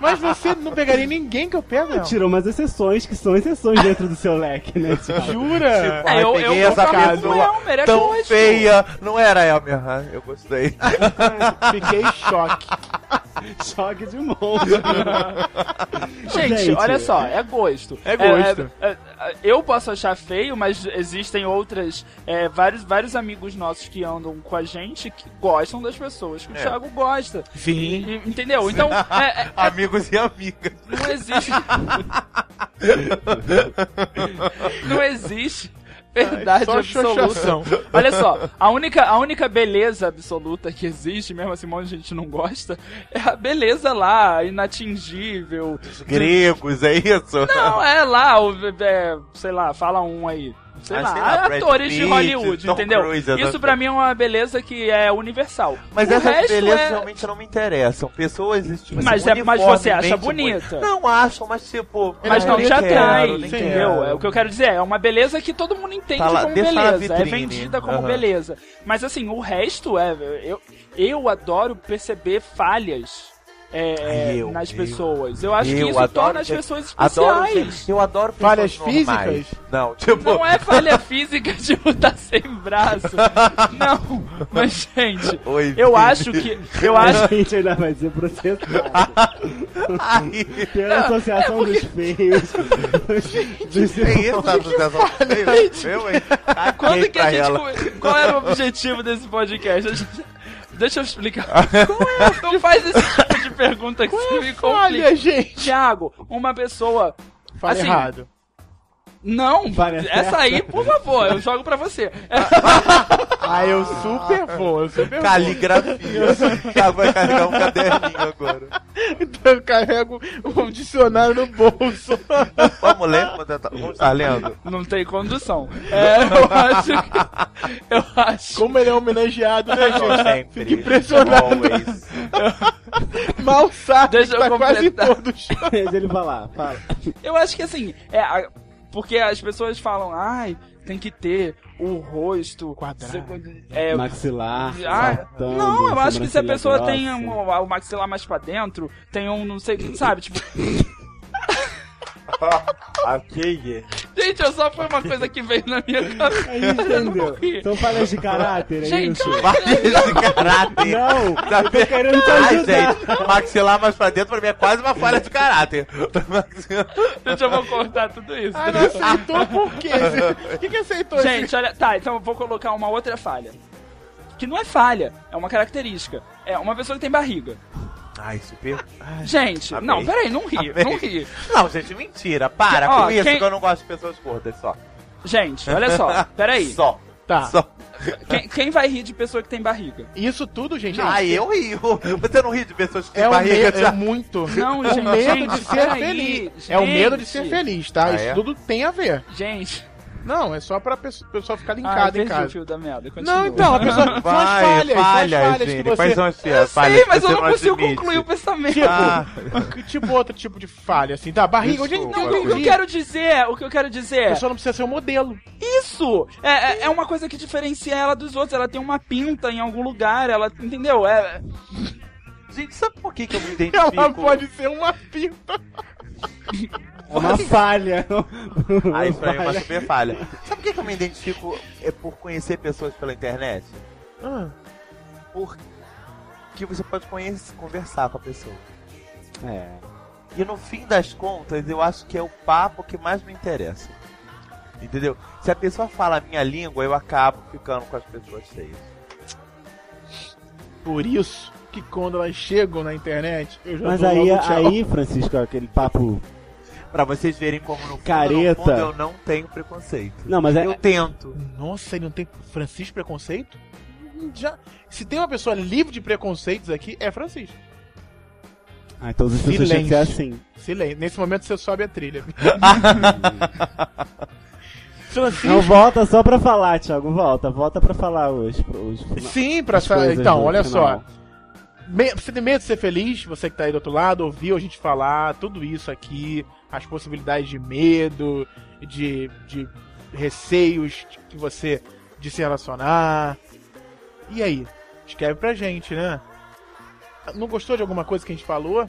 [SPEAKER 2] Mas você não pegaria ninguém que eu pego,
[SPEAKER 3] Tipo,
[SPEAKER 2] não.
[SPEAKER 5] Tirou umas exceções que são exceções dentro do seu leque, né?
[SPEAKER 4] [laughs]
[SPEAKER 5] Thiago?
[SPEAKER 3] [laughs]
[SPEAKER 2] Jura?
[SPEAKER 5] Ah,
[SPEAKER 4] Ai,
[SPEAKER 3] É, eu, eu
[SPEAKER 4] peguei
[SPEAKER 3] vou
[SPEAKER 4] essa
[SPEAKER 3] falar com o
[SPEAKER 4] pessoa
[SPEAKER 3] Elmer, é
[SPEAKER 4] Tão
[SPEAKER 3] gosto.
[SPEAKER 4] feia. Não era Elmer, ah, eu gostei.
[SPEAKER 2] Fiquei em
[SPEAKER 3] [laughs]
[SPEAKER 2] choque.
[SPEAKER 5] Choque de monstro. [laughs]
[SPEAKER 3] Gente,
[SPEAKER 5] Gente.
[SPEAKER 3] olha só, é gosto.
[SPEAKER 2] É gosto.
[SPEAKER 3] é, é, é, eu posso achar feio, mas existem outras. é, vários, vários amigos nossos que andam com a gente que gostam das pessoas que o
[SPEAKER 4] É.
[SPEAKER 3] Thiago gosta.
[SPEAKER 2] Sim.
[SPEAKER 3] E- entendeu? Então, é, é,
[SPEAKER 4] Amigos e amigas.
[SPEAKER 3] não existe. não existe. Verdade
[SPEAKER 2] Só
[SPEAKER 3] absoluta.
[SPEAKER 2] xoxação.
[SPEAKER 3] Olha só, a única, a única beleza absoluta que existe, mesmo assim, um monte de gente não gosta, é a beleza lá, inatingível,
[SPEAKER 4] Gregos, é isso?
[SPEAKER 3] não, é lá, o, é, sei lá, fala um aí. Sei
[SPEAKER 4] Ah,
[SPEAKER 3] lá, é
[SPEAKER 4] sei lá, Brad
[SPEAKER 3] atores de
[SPEAKER 4] Pitt,
[SPEAKER 3] Hollywood,
[SPEAKER 4] Tom
[SPEAKER 3] entendeu?
[SPEAKER 4] Cruise, essas
[SPEAKER 3] Isso pra mim é uma beleza que é universal.
[SPEAKER 4] Mas
[SPEAKER 3] o
[SPEAKER 4] essas
[SPEAKER 3] resto
[SPEAKER 4] belezas
[SPEAKER 3] é...
[SPEAKER 4] realmente não me interessam. Pessoas, tipo, assim,
[SPEAKER 3] Mas é- mas
[SPEAKER 4] uniformemente
[SPEAKER 3] você acha
[SPEAKER 4] bonitas.
[SPEAKER 3] bonita?
[SPEAKER 4] Não acham, mas tipo.
[SPEAKER 3] Mas
[SPEAKER 4] ai,
[SPEAKER 3] não
[SPEAKER 4] nem
[SPEAKER 3] te
[SPEAKER 4] quero,
[SPEAKER 3] atrai,
[SPEAKER 4] nem
[SPEAKER 2] sim.
[SPEAKER 3] entendeu?
[SPEAKER 4] quero.
[SPEAKER 3] É, o que eu quero dizer é uma beleza que todo mundo entende
[SPEAKER 4] Tá lá-
[SPEAKER 3] como
[SPEAKER 4] deixa lá na
[SPEAKER 3] beleza, é
[SPEAKER 4] vitrine.
[SPEAKER 3] vendida como
[SPEAKER 4] Aham.
[SPEAKER 3] beleza. Mas assim, o resto é, eu, eu adoro perceber falhas é,
[SPEAKER 4] Ai, eu,
[SPEAKER 3] nas
[SPEAKER 4] eu,
[SPEAKER 3] pessoas. Eu acho que
[SPEAKER 4] eu
[SPEAKER 3] isso
[SPEAKER 4] adoro
[SPEAKER 3] torna as
[SPEAKER 4] gente-
[SPEAKER 3] pessoas
[SPEAKER 4] Adoro,
[SPEAKER 3] especiais.
[SPEAKER 4] gente, eu adoro pessoas
[SPEAKER 2] Falhas
[SPEAKER 4] normais.
[SPEAKER 2] físicas?
[SPEAKER 4] Não, tipo,
[SPEAKER 3] Não é falha física de estar sem
[SPEAKER 4] [laughs]
[SPEAKER 3] braço. Não, mas gente,
[SPEAKER 4] Oi,
[SPEAKER 3] eu
[SPEAKER 4] [laughs] Vivi.
[SPEAKER 3] acho que eu acho
[SPEAKER 5] A gente ainda vai ser processado.
[SPEAKER 4] ai,
[SPEAKER 5] Pela associação dos feios. Dos-
[SPEAKER 4] é
[SPEAKER 3] [laughs]
[SPEAKER 4] isso, tá sucesso. Eu, hein? Caguei
[SPEAKER 3] quando que
[SPEAKER 4] pra
[SPEAKER 3] a gente
[SPEAKER 4] ela.
[SPEAKER 3] come- qual era o objetivo desse podcast? A gente- Deixa eu explicar. Qual é? Não faz esse tipo de pergunta que você me complica.
[SPEAKER 2] Olha, gente.
[SPEAKER 3] Thiago, uma pessoa
[SPEAKER 2] Fala
[SPEAKER 3] Assim,
[SPEAKER 2] errado.
[SPEAKER 3] Não,
[SPEAKER 5] Parece
[SPEAKER 3] essa aí, por favor, eu jogo pra você. É,
[SPEAKER 2] Ah, eu super vou, eu super vou.
[SPEAKER 4] Caligrafia. Tá, vai carregar um caderninho agora.
[SPEAKER 2] Então eu carrego um dicionário no bolso.
[SPEAKER 4] Vamos ler? Vamos tentar- Vamos estar lendo?
[SPEAKER 3] Não tem condução. É, eu acho que. Eu acho.
[SPEAKER 2] [laughs] Como ele é homenageado, né,
[SPEAKER 4] Como
[SPEAKER 2] gente?
[SPEAKER 4] sempre.
[SPEAKER 2] Fico impressionado.
[SPEAKER 4] Always.
[SPEAKER 2] Mal sabe
[SPEAKER 3] Deixa
[SPEAKER 2] que
[SPEAKER 3] eu
[SPEAKER 2] tá quase
[SPEAKER 3] completar. [laughs]
[SPEAKER 2] todos.
[SPEAKER 5] Mas ele vai lá, fala.
[SPEAKER 3] Eu acho que assim, é, a- porque as pessoas falam, ai, tem que ter o rosto
[SPEAKER 2] Quadrado.
[SPEAKER 3] se- É,
[SPEAKER 5] Maxilar,
[SPEAKER 3] ah,
[SPEAKER 5] saltando,
[SPEAKER 3] não, eu acho que se a
[SPEAKER 5] sobrancelha
[SPEAKER 3] pessoa tem
[SPEAKER 5] grossa.
[SPEAKER 3] um- o maxilar mais pra dentro, tem um, não sei, sabe? Tipo,
[SPEAKER 4] ok.
[SPEAKER 3] [laughs] gente, eu só foi uma coisa que veio na minha cabeça.
[SPEAKER 5] É isso, entendeu?
[SPEAKER 3] morri.
[SPEAKER 5] São falhas de caráter, é
[SPEAKER 3] Gente,
[SPEAKER 5] isso?
[SPEAKER 4] Vai esse caráter.
[SPEAKER 5] Não,
[SPEAKER 4] Tá
[SPEAKER 5] tô querendo te
[SPEAKER 4] Ai,
[SPEAKER 5] ajudar.
[SPEAKER 4] gente, maxilar mais pra dentro pra mim é quase uma falha de caráter.
[SPEAKER 3] Gente, eu vou cortar tudo isso.
[SPEAKER 2] Ah, não aceitou por quê? O que, que aceitou esse-
[SPEAKER 3] [laughs] Gente, olha, tá, então eu vou colocar uma outra falha. Que não é falha, é uma característica. É uma pessoa que tem barriga.
[SPEAKER 4] Ai, super.
[SPEAKER 3] Gente,
[SPEAKER 4] Amei.
[SPEAKER 3] não, peraí, não ri,
[SPEAKER 4] Amei.
[SPEAKER 3] não ri.
[SPEAKER 4] Não, gente, mentira. Para
[SPEAKER 3] Ó,
[SPEAKER 4] com isso
[SPEAKER 3] quem-
[SPEAKER 4] que eu não gosto de pessoas gordas, só.
[SPEAKER 3] Gente, olha [laughs] só, peraí.
[SPEAKER 4] Só.
[SPEAKER 2] Tá.
[SPEAKER 4] Só.
[SPEAKER 3] Quem, quem vai rir de pessoa que tem barriga?
[SPEAKER 2] Isso tudo, gente.
[SPEAKER 4] Ai, eu rio. Você não ri de pessoas que
[SPEAKER 2] É,
[SPEAKER 4] têm
[SPEAKER 2] o medo,
[SPEAKER 4] barriga
[SPEAKER 2] é [laughs]
[SPEAKER 4] já.
[SPEAKER 2] muito.
[SPEAKER 3] Não,
[SPEAKER 2] é o
[SPEAKER 3] gente,
[SPEAKER 2] medo de
[SPEAKER 3] gente,
[SPEAKER 2] ser
[SPEAKER 3] peraí,
[SPEAKER 2] feliz. É o medo de ser
[SPEAKER 3] gente.
[SPEAKER 2] feliz, tá?
[SPEAKER 4] Ah,
[SPEAKER 2] Isso
[SPEAKER 4] é?
[SPEAKER 2] tudo tem a ver.
[SPEAKER 3] Gente,
[SPEAKER 2] Não, é só pra pessoa, pessoa ficar
[SPEAKER 3] ah,
[SPEAKER 2] linkada
[SPEAKER 3] perdi
[SPEAKER 2] em
[SPEAKER 3] o
[SPEAKER 2] casa.
[SPEAKER 3] fio da merda. Continua.
[SPEAKER 2] Não, então, a pessoa. São as falhas, são as falhas que
[SPEAKER 4] Zine,
[SPEAKER 2] você.
[SPEAKER 4] Quais são as
[SPEAKER 3] Eu
[SPEAKER 4] falhas?
[SPEAKER 3] sei,
[SPEAKER 4] que
[SPEAKER 3] mas eu
[SPEAKER 4] você
[SPEAKER 3] não consigo
[SPEAKER 4] admite?
[SPEAKER 3] concluir o pensamento.
[SPEAKER 2] Tipo,
[SPEAKER 4] Ah.
[SPEAKER 2] que [laughs] tipo outro tipo de falha, assim, tá? Barriga, onde a gente
[SPEAKER 4] Desculpa,
[SPEAKER 2] tem
[SPEAKER 3] Não, o que eu
[SPEAKER 2] barriga?
[SPEAKER 3] quero dizer, o que eu quero
[SPEAKER 2] A
[SPEAKER 3] dizer,
[SPEAKER 2] pessoa não precisa ser um modelo.
[SPEAKER 3] isso é, é- é uma coisa que diferencia ela dos outros. Ela tem uma pinta em algum lugar, ela, entendeu? É,
[SPEAKER 4] Gente, sabe por que, que eu me identifico?
[SPEAKER 2] Ela pode ser uma pinta.
[SPEAKER 5] É uma falha.
[SPEAKER 4] Ah, isso aí é uma super falha. Sabe por que, que eu me identifico é por conhecer pessoas pela internet? Porque você pode conhecer, conversar com a pessoa.
[SPEAKER 5] É.
[SPEAKER 4] E no fim das contas, eu acho que é o papo que mais me interessa. Entendeu? Se a pessoa fala a minha língua, eu acabo ficando com as pessoas feias.
[SPEAKER 2] Por isso que quando elas chegam na internet, eu já
[SPEAKER 5] Mas
[SPEAKER 2] dou
[SPEAKER 5] aí,
[SPEAKER 2] logo um tchau.
[SPEAKER 5] aí, Francisco, é aquele papo.
[SPEAKER 4] Pra vocês verem como no fundo,
[SPEAKER 5] Careta.
[SPEAKER 4] no fundo eu não tenho preconceito.
[SPEAKER 5] Não, mas é.
[SPEAKER 4] Eu tento.
[SPEAKER 2] Nossa, ele não tem Francisco preconceito? Hum, Já. Se tem uma pessoa livre de preconceitos aqui, é Francisco.
[SPEAKER 5] Ah, então as pessoas têm que ser assim.
[SPEAKER 2] Silêncio. Nesse momento você sobe a trilha.
[SPEAKER 5] Não,
[SPEAKER 2] Francisco.
[SPEAKER 5] volta só pra falar, Thiago. Volta, volta pra falar hoje. pro- hoje pro-
[SPEAKER 2] Sim, pra
[SPEAKER 5] as
[SPEAKER 2] essa...
[SPEAKER 5] coisas
[SPEAKER 2] Então,
[SPEAKER 5] do
[SPEAKER 2] olha
[SPEAKER 5] final.
[SPEAKER 2] só. Me- Você tem medo de ser feliz? Você que tá aí do outro lado, ouviu a gente falar tudo isso aqui, as possibilidades de medo, de, de receios de- que você de se relacionar. E aí? Escreve pra gente, né? Não gostou de alguma coisa que a gente falou?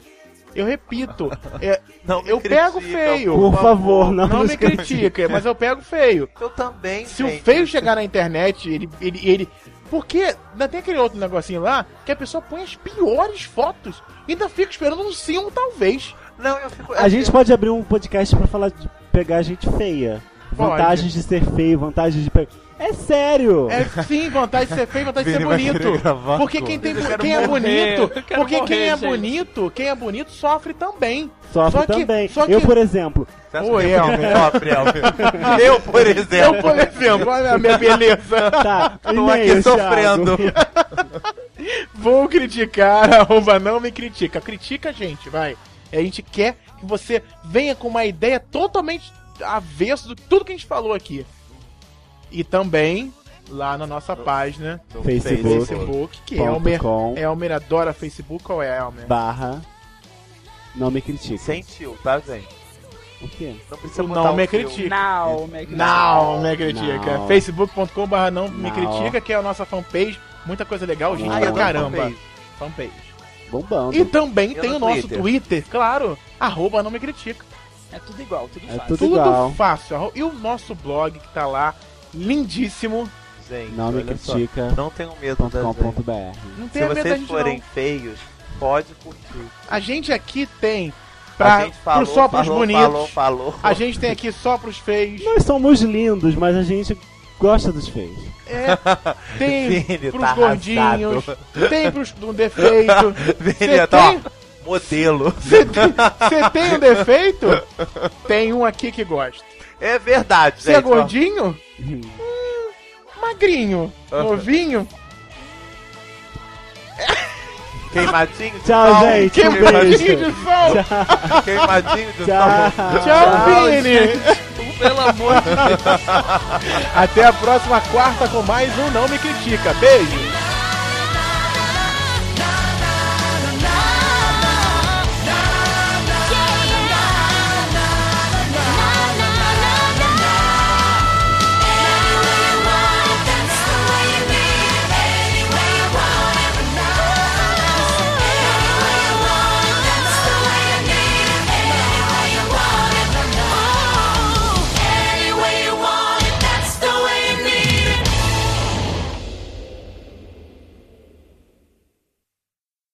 [SPEAKER 2] Eu
[SPEAKER 5] [laughs]
[SPEAKER 2] repito, é,
[SPEAKER 4] Não me então,
[SPEAKER 2] eu pego
[SPEAKER 4] critica,
[SPEAKER 2] feio.
[SPEAKER 5] Por favor, não,
[SPEAKER 2] Não me
[SPEAKER 5] critique.
[SPEAKER 2] critica, mas eu pego feio.
[SPEAKER 4] Eu também,
[SPEAKER 2] Se
[SPEAKER 4] gente.
[SPEAKER 2] o feio chegar na internet, ele. ele, ele porque ainda tem aquele outro negocinho lá que a pessoa põe as piores fotos e ainda fica esperando um sim ou talvez.
[SPEAKER 4] Não, eu fico... é assim,
[SPEAKER 5] A gente pode abrir um podcast pra falar de pegar gente feia.
[SPEAKER 2] Pode.
[SPEAKER 5] Vantagens de ser feio, vantagens de pegar. É sério!
[SPEAKER 2] É sim, vontade de ser feio, vontade de ser bonito. Porque quem, tem,
[SPEAKER 3] Eu quero
[SPEAKER 2] quem é
[SPEAKER 3] morrer,
[SPEAKER 2] bonito,
[SPEAKER 3] eu quero
[SPEAKER 2] porque quem
[SPEAKER 3] morrer,
[SPEAKER 2] é
[SPEAKER 3] gente.
[SPEAKER 2] bonito, quem é bonito sofre também.
[SPEAKER 5] Sofre
[SPEAKER 2] só que-
[SPEAKER 5] também.
[SPEAKER 2] só
[SPEAKER 5] Eu,
[SPEAKER 2] que- [laughs]
[SPEAKER 5] por exemplo,
[SPEAKER 4] Você acha
[SPEAKER 2] Ô,
[SPEAKER 4] que é
[SPEAKER 2] Elmer.
[SPEAKER 4] eu sofre,
[SPEAKER 2] [laughs]
[SPEAKER 4] Elmer? Eu, por
[SPEAKER 2] Eu,
[SPEAKER 4] exemplo,
[SPEAKER 2] por exemplo, olha a minha beleza.
[SPEAKER 5] tá.
[SPEAKER 4] tô aqui
[SPEAKER 5] e-mail, Thiago.
[SPEAKER 4] sofrendo.
[SPEAKER 2] Vou criticar, [laughs] arroba não me critica. Critica a gente, vai. A gente quer que você venha com uma ideia totalmente avessa do tudo que a gente falou aqui. E também lá na nossa página
[SPEAKER 5] Facebook.
[SPEAKER 2] Facebook, que é
[SPEAKER 4] é
[SPEAKER 5] Ponto
[SPEAKER 2] Elmer,
[SPEAKER 5] com
[SPEAKER 2] Elmer adora Facebook, qual é Elmer?
[SPEAKER 5] barra. Não me critique.
[SPEAKER 4] Sentiu, tá, gente?
[SPEAKER 5] O quê?
[SPEAKER 4] Não precisa
[SPEAKER 2] O
[SPEAKER 4] botar
[SPEAKER 2] não me
[SPEAKER 4] um fio.
[SPEAKER 2] critica.
[SPEAKER 3] é Não, Mac-
[SPEAKER 2] Não me critica.
[SPEAKER 5] Não.
[SPEAKER 2] Facebook.com.br não me
[SPEAKER 5] Não.
[SPEAKER 2] critica, que é a nossa fanpage. Muita coisa legal, gente,
[SPEAKER 5] Ai,
[SPEAKER 2] pra
[SPEAKER 5] adoro
[SPEAKER 2] caramba.
[SPEAKER 4] fanpage.
[SPEAKER 2] fanpage.
[SPEAKER 5] Bombando.
[SPEAKER 2] E também
[SPEAKER 4] Eu
[SPEAKER 2] tem
[SPEAKER 4] no
[SPEAKER 2] o nosso
[SPEAKER 4] Twitter.
[SPEAKER 2] Twitter, claro, arroba não me critica.
[SPEAKER 3] É tudo igual, tudo
[SPEAKER 5] É
[SPEAKER 3] fácil.
[SPEAKER 5] tudo-
[SPEAKER 2] Tudo
[SPEAKER 5] igual.
[SPEAKER 2] fácil. arro- E o nosso blog que tá lá, lindíssimo.
[SPEAKER 4] Gente,
[SPEAKER 5] Não me
[SPEAKER 4] olha só.
[SPEAKER 5] critica.
[SPEAKER 4] Não tenho medo da gente.
[SPEAKER 5] .com.br
[SPEAKER 2] Não
[SPEAKER 4] Se
[SPEAKER 2] tem medo da
[SPEAKER 4] vocês
[SPEAKER 2] gente
[SPEAKER 4] forem
[SPEAKER 2] não.
[SPEAKER 4] feios, pode curtir.
[SPEAKER 2] A gente aqui tem pra,
[SPEAKER 4] a gente falou,
[SPEAKER 2] pro- só pros
[SPEAKER 4] falou,
[SPEAKER 2] bonitos.
[SPEAKER 4] falou, falou.
[SPEAKER 2] A
[SPEAKER 4] [laughs]
[SPEAKER 2] gente tem aqui só pros feios.
[SPEAKER 5] Nós somos lindos, mas a gente gosta
[SPEAKER 4] [laughs]
[SPEAKER 5] dos feios.
[SPEAKER 2] É, tem
[SPEAKER 4] Vini
[SPEAKER 2] pros
[SPEAKER 4] tá
[SPEAKER 2] gordinhos.
[SPEAKER 4] arrasado. [laughs]
[SPEAKER 2] Tem pros com defeito.
[SPEAKER 4] Vini,
[SPEAKER 2] Cê
[SPEAKER 4] tá,
[SPEAKER 2] tem?
[SPEAKER 4] ó, Modelo.
[SPEAKER 2] Você tem um defeito? Tem um aqui que gosta.
[SPEAKER 4] É verdade,
[SPEAKER 2] Você é
[SPEAKER 4] gente. ó.
[SPEAKER 2] gordinho? Hum, magrinho. Novinho?
[SPEAKER 4] Queimadinho de
[SPEAKER 5] Tchau,
[SPEAKER 4] sol.
[SPEAKER 5] gente. Um
[SPEAKER 2] Queimadinho
[SPEAKER 5] beijo.
[SPEAKER 2] de sol.
[SPEAKER 4] Queimadinho de sol.
[SPEAKER 5] Tchau.
[SPEAKER 2] Tchau, Vini.
[SPEAKER 3] Pelo amor de
[SPEAKER 2] Até a próxima quarta com mais um Não Me Critica. Beijo.